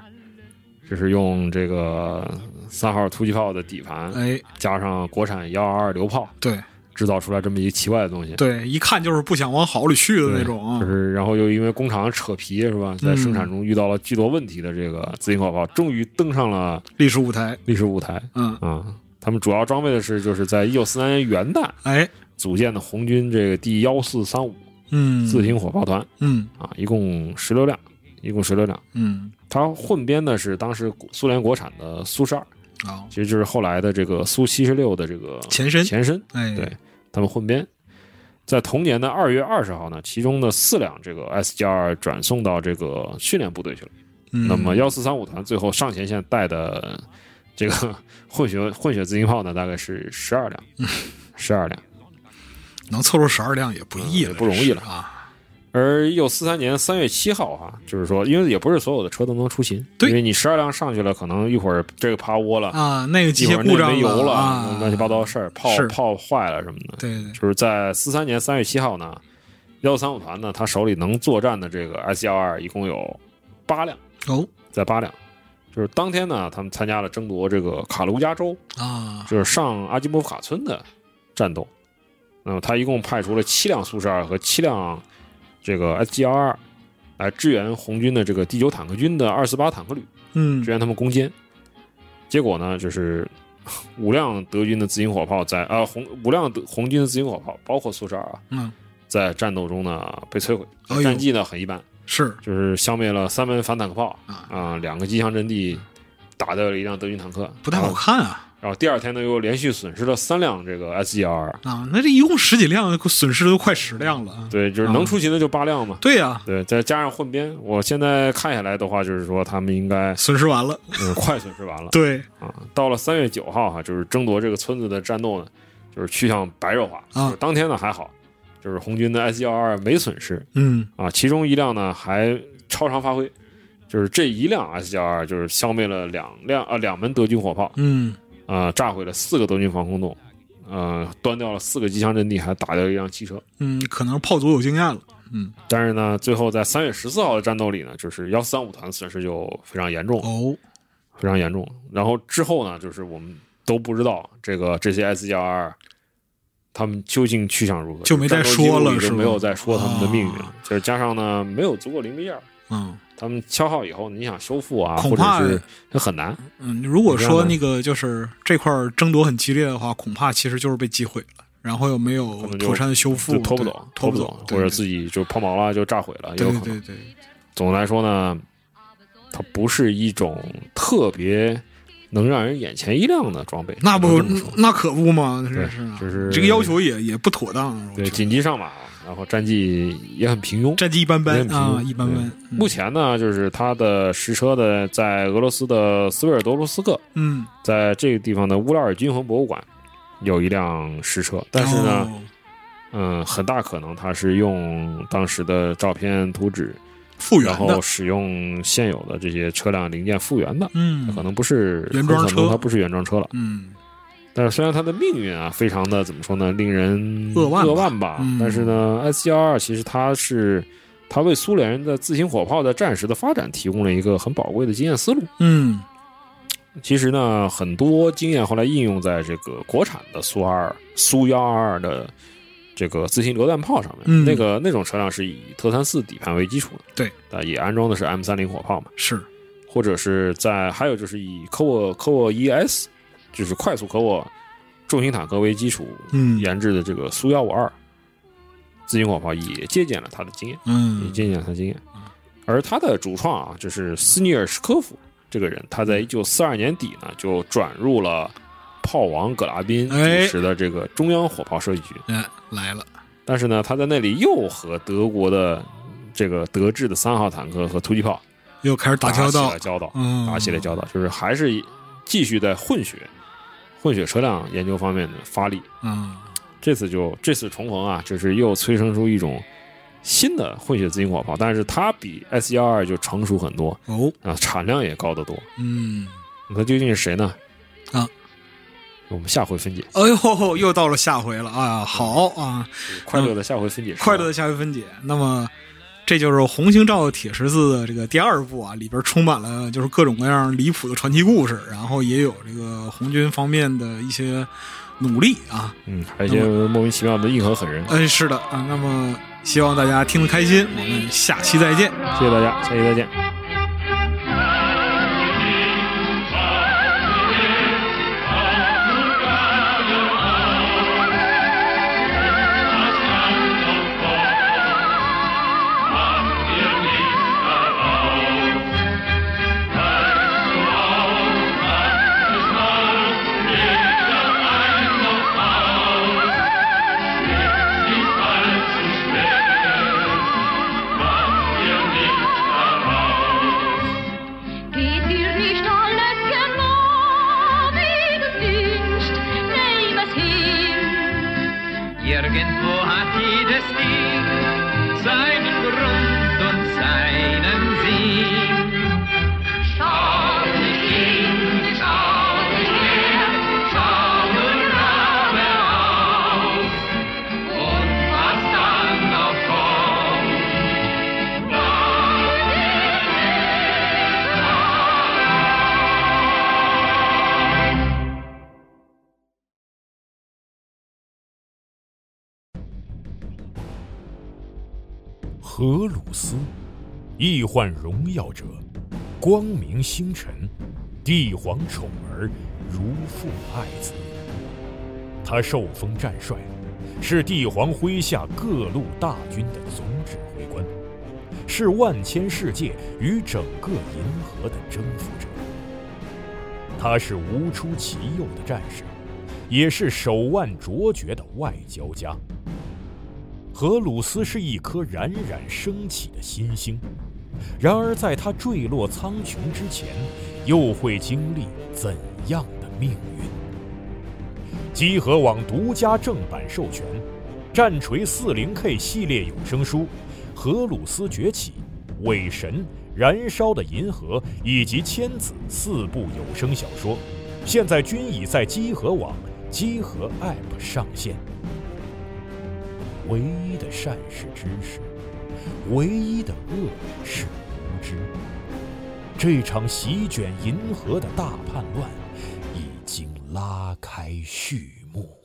B: 就是用这个三号突击炮的底盘，
C: 哎，
B: 加上国产幺二二榴炮，
C: 对
B: 制造出来这么一个奇怪的东西。
C: 对，一看就是不想往好里去的那种
B: 就
C: 啊，
B: 是然后又因为工厂扯皮是吧，在生产中遇到了巨多问题的这个自行火炮，终于登上了
C: 历史舞台，
B: 历史舞台
C: 嗯，
B: 啊、他们主要装备的是，就是在一九四三年元旦
C: 哎，
B: 组建的红军这个第幺四三五
C: 嗯，
B: 自行火炮团
C: 嗯
B: 啊，一共十六辆，一共十六辆。
C: 嗯，
B: 它混编的是当时国苏联国产的苏十二，
C: 好，
B: 其实就是后来的这个苏七十六的这个
C: 前身
B: 前身，
C: 哎，
B: 对他们混编。在同年的二月二十号呢，其中的四辆这个 S 加二转送到这个训练部队去了。
C: 嗯，
B: 那么幺四三五团最后上前线带的这个混血混血自行炮呢，大概是十二辆，
C: 嗯
B: 十二辆。
C: 能凑出十二辆也不易了，
B: 嗯不容易了
C: 这是啊，
B: 而一九四三年三月七号哈、就是说，因为也不是所有的车都能出勤，
C: 对
B: 因为你十二辆上去了，可能一会儿这个趴窝了，
C: 啊，那个机
B: 一会
C: 械
B: 儿
C: 故
B: 那没
C: 障
B: 油
C: 啊，
B: 乱七八糟的事儿，炮
C: 是
B: 炮坏了什么的。
C: 对，对对，
B: 就是在四三年三月七号呢，幺三五团呢，他手里能作战的这个 S 幺二一共有八辆，
C: 哦
B: 在八辆。就是当天呢，他们参加了争夺这个卡卢加州，
C: 啊，
B: 就是上阿基莫夫卡村的战斗。那么他一共派出了七辆苏十二和七辆这个 S G 幺二来支援红军的这个第九坦克军的二四八坦克旅，
C: 嗯
B: 支，援他们攻坚。结果呢，就是五辆德军的自行火炮在啊、红五辆德红军的自行火炮，包括苏十二啊，
C: 嗯，
B: 在战斗中呢被摧毁
C: 哎，呦
B: 战绩呢很一般，
C: 是
B: 就是消灭了三门反坦克炮
C: 啊
B: 啊、两个机枪阵地打掉了一辆德军坦克，
C: 不太好看啊，
B: 然后第二天呢，又连续损失了三辆这个 S G R，
C: 啊，那这一共十几辆，损失都快十辆了啊，
B: 对，就是能出勤的就八辆嘛。
C: 对啊呀，
B: 对，再加上混编，我现在看下来的话，就是说他们应该
C: 损失完了，
B: 嗯 快损失完了
C: 对
B: 啊。到了三月九号哈、就是争夺这个村子的战斗呢，就是趋向白热化。
C: 啊
B: 就是当天呢还好，就是红军的 S G R 没损失
C: 嗯，
B: 啊，其中一辆呢还超常发挥，就是这一辆 S G R 就是消灭了两辆啊两门德军火炮，
C: 嗯，
B: 啊，炸毁了四个德军防空洞，呃，端掉了四个机枪阵地，还打掉一辆汽车。
C: 嗯，可能炮组有经验了，嗯，
B: 但是呢，最后在三月十四号的战斗里呢，就是幺三五团损失就非常严重，
C: 哦，
B: 非常严重。然后之后呢，就是我们都不知道这个这些 S 幺二他们究竟去向如何，
C: 就没再
B: 战斗记录
C: 说了
B: 里就是
C: 吗
B: 没有再说他们的命运了。
C: 啊
B: 就是加上呢，没有足够零部件儿，
C: 嗯，
B: 他们消耗以后，你想修复啊，
C: 恐
B: 或
C: 怕
B: 者是这很难。
C: 嗯，如果说
B: 你知道吗
C: 那个就是这块儿争夺很激烈的话，恐怕其实就是被击毁了，然后又没有
B: 可能就
C: 妥善的修
B: 就
C: 复，
B: 拖不
C: 对
B: 走，
C: 拖
B: 不
C: 走，
B: 或者自
C: 己
B: 己就抛锚了，就炸毁了，也
C: 对
B: 有
C: 对
B: 可能
C: 对。对，
B: 总的来说呢，它不是一种特别能让人眼前一亮的装备。
C: 那不
B: 只能这么说
C: 那可不嘛，
B: 对
C: 这是啊
B: 就是
C: 这个要求也也不妥当，我
B: 对
C: 觉得
B: 紧急上马，然后战绩也很平庸。
C: 战绩一般
B: 也
C: 般
B: 很平
C: 啊，
B: 庸
C: 一般
B: 对
C: 般。
B: 目前呢，就是它的实车的在俄罗斯的斯维尔多罗斯克，
C: 嗯，
B: 在这个地方的乌拉尔军魂博物馆有一辆实车，但是呢，
C: 哦，
B: 嗯，很大可能它是用当时的照片、图纸，
C: 复
B: 然
C: 原
B: 后
C: 的，
B: 使用现有的这些车辆零件复原的，它可
C: 嗯
B: 能不是
C: 原装
B: 很可能
C: 车
B: 它不是原装车了。
C: 嗯，
B: 但是虽然它的命运啊，非常的怎么说呢，令人
C: 扼腕吧
B: 扼腕吧。
C: 嗯
B: 但是呢，S 幺二其实它是它为苏联的自行火炮的战时的发展提供了一个很宝贵的经验思路。
C: 嗯，
B: 其实呢，很多经验后来应用在这个国产的苏二苏幺二的这个自行榴弹炮上面。
C: 嗯
B: 那个那种车辆是以特三四底盘为基础的，
C: 对，
B: 但也安装的是 M 三零火炮嘛，
C: 是，
B: 或者是在还有就是以科沃科沃 ES，就是快速科沃重型坦克为基础
C: 嗯
B: 研制的这个苏幺五二自行火炮，也借鉴了他的经验，也
C: 嗯
B: 借鉴了他的经验。而他的主创啊，就是斯尼尔什科夫这个人，他在
C: 嗯
B: 一九四二年底呢，就转入了炮王葛拉宾主
C: 哎
B: 持的这个中央火炮设计局。
C: 哎，来了，
B: 但是呢，他在那里又和德国的这个德制的三号坦克和突击炮
C: 又开始打交
B: 起
C: 道
B: 了，交道，
C: 嗯，
B: 打起了交道，就是还是继续在混血、混血车辆研究方面的发力。
C: 嗯，
B: 这次就这次重逢啊，就是又催生出一种新的混血自行火炮，但是它比 S 幺二就成熟很多
C: 哦，
B: 啊，产量也高得多。
C: 嗯，
B: 那它究竟是谁呢？
C: 啊，
B: 我们下回分解，
C: 哎呦，又到了下回了啊，好啊，
B: 快乐的下回分解，
C: 快乐的下回分解。那么，这就是《红星照铁十字》的这个第二部啊，里边充满了就是各种各样离谱的传奇故事，然后也有这个红军方面的一些努力啊。
B: 嗯，还有一些莫名其妙的硬核狠人。
C: 嗯，是的啊。那么，希望大家听得开心，我们下期再见。
B: 谢谢大家，下期再见。
A: Geht dir nicht alles genau, wie du wünschst, nehm es hin.
D: Irgendwo hat jedes Lied seinen Grund und seinen Sinn.
A: Schau nicht hin, schau nicht her, schau nur geradeaus. Und was dann auch kommt,
E: 《荷鲁斯》，易患荣耀者，光明星辰，帝皇宠儿，如父爱子。他受封战帅，是帝皇麾下各路大军的总指挥官，是万千世界与整个银河的征服者。他是无出其右的战士，也是手腕卓绝的外交家。荷鲁斯是一颗冉冉升起的新星，然而在它坠落苍穹之前，又会经历怎样的命运？积禾网独家正版授权，战锤 40K 系列有声书《荷鲁斯崛起》《伪神》《燃烧的银河》以及《千子》四部有声小说，现在均已在积禾网、积禾 App 上线。唯一的善是知识，唯一的恶是无知。这场席卷银河的大叛乱已经拉开序幕。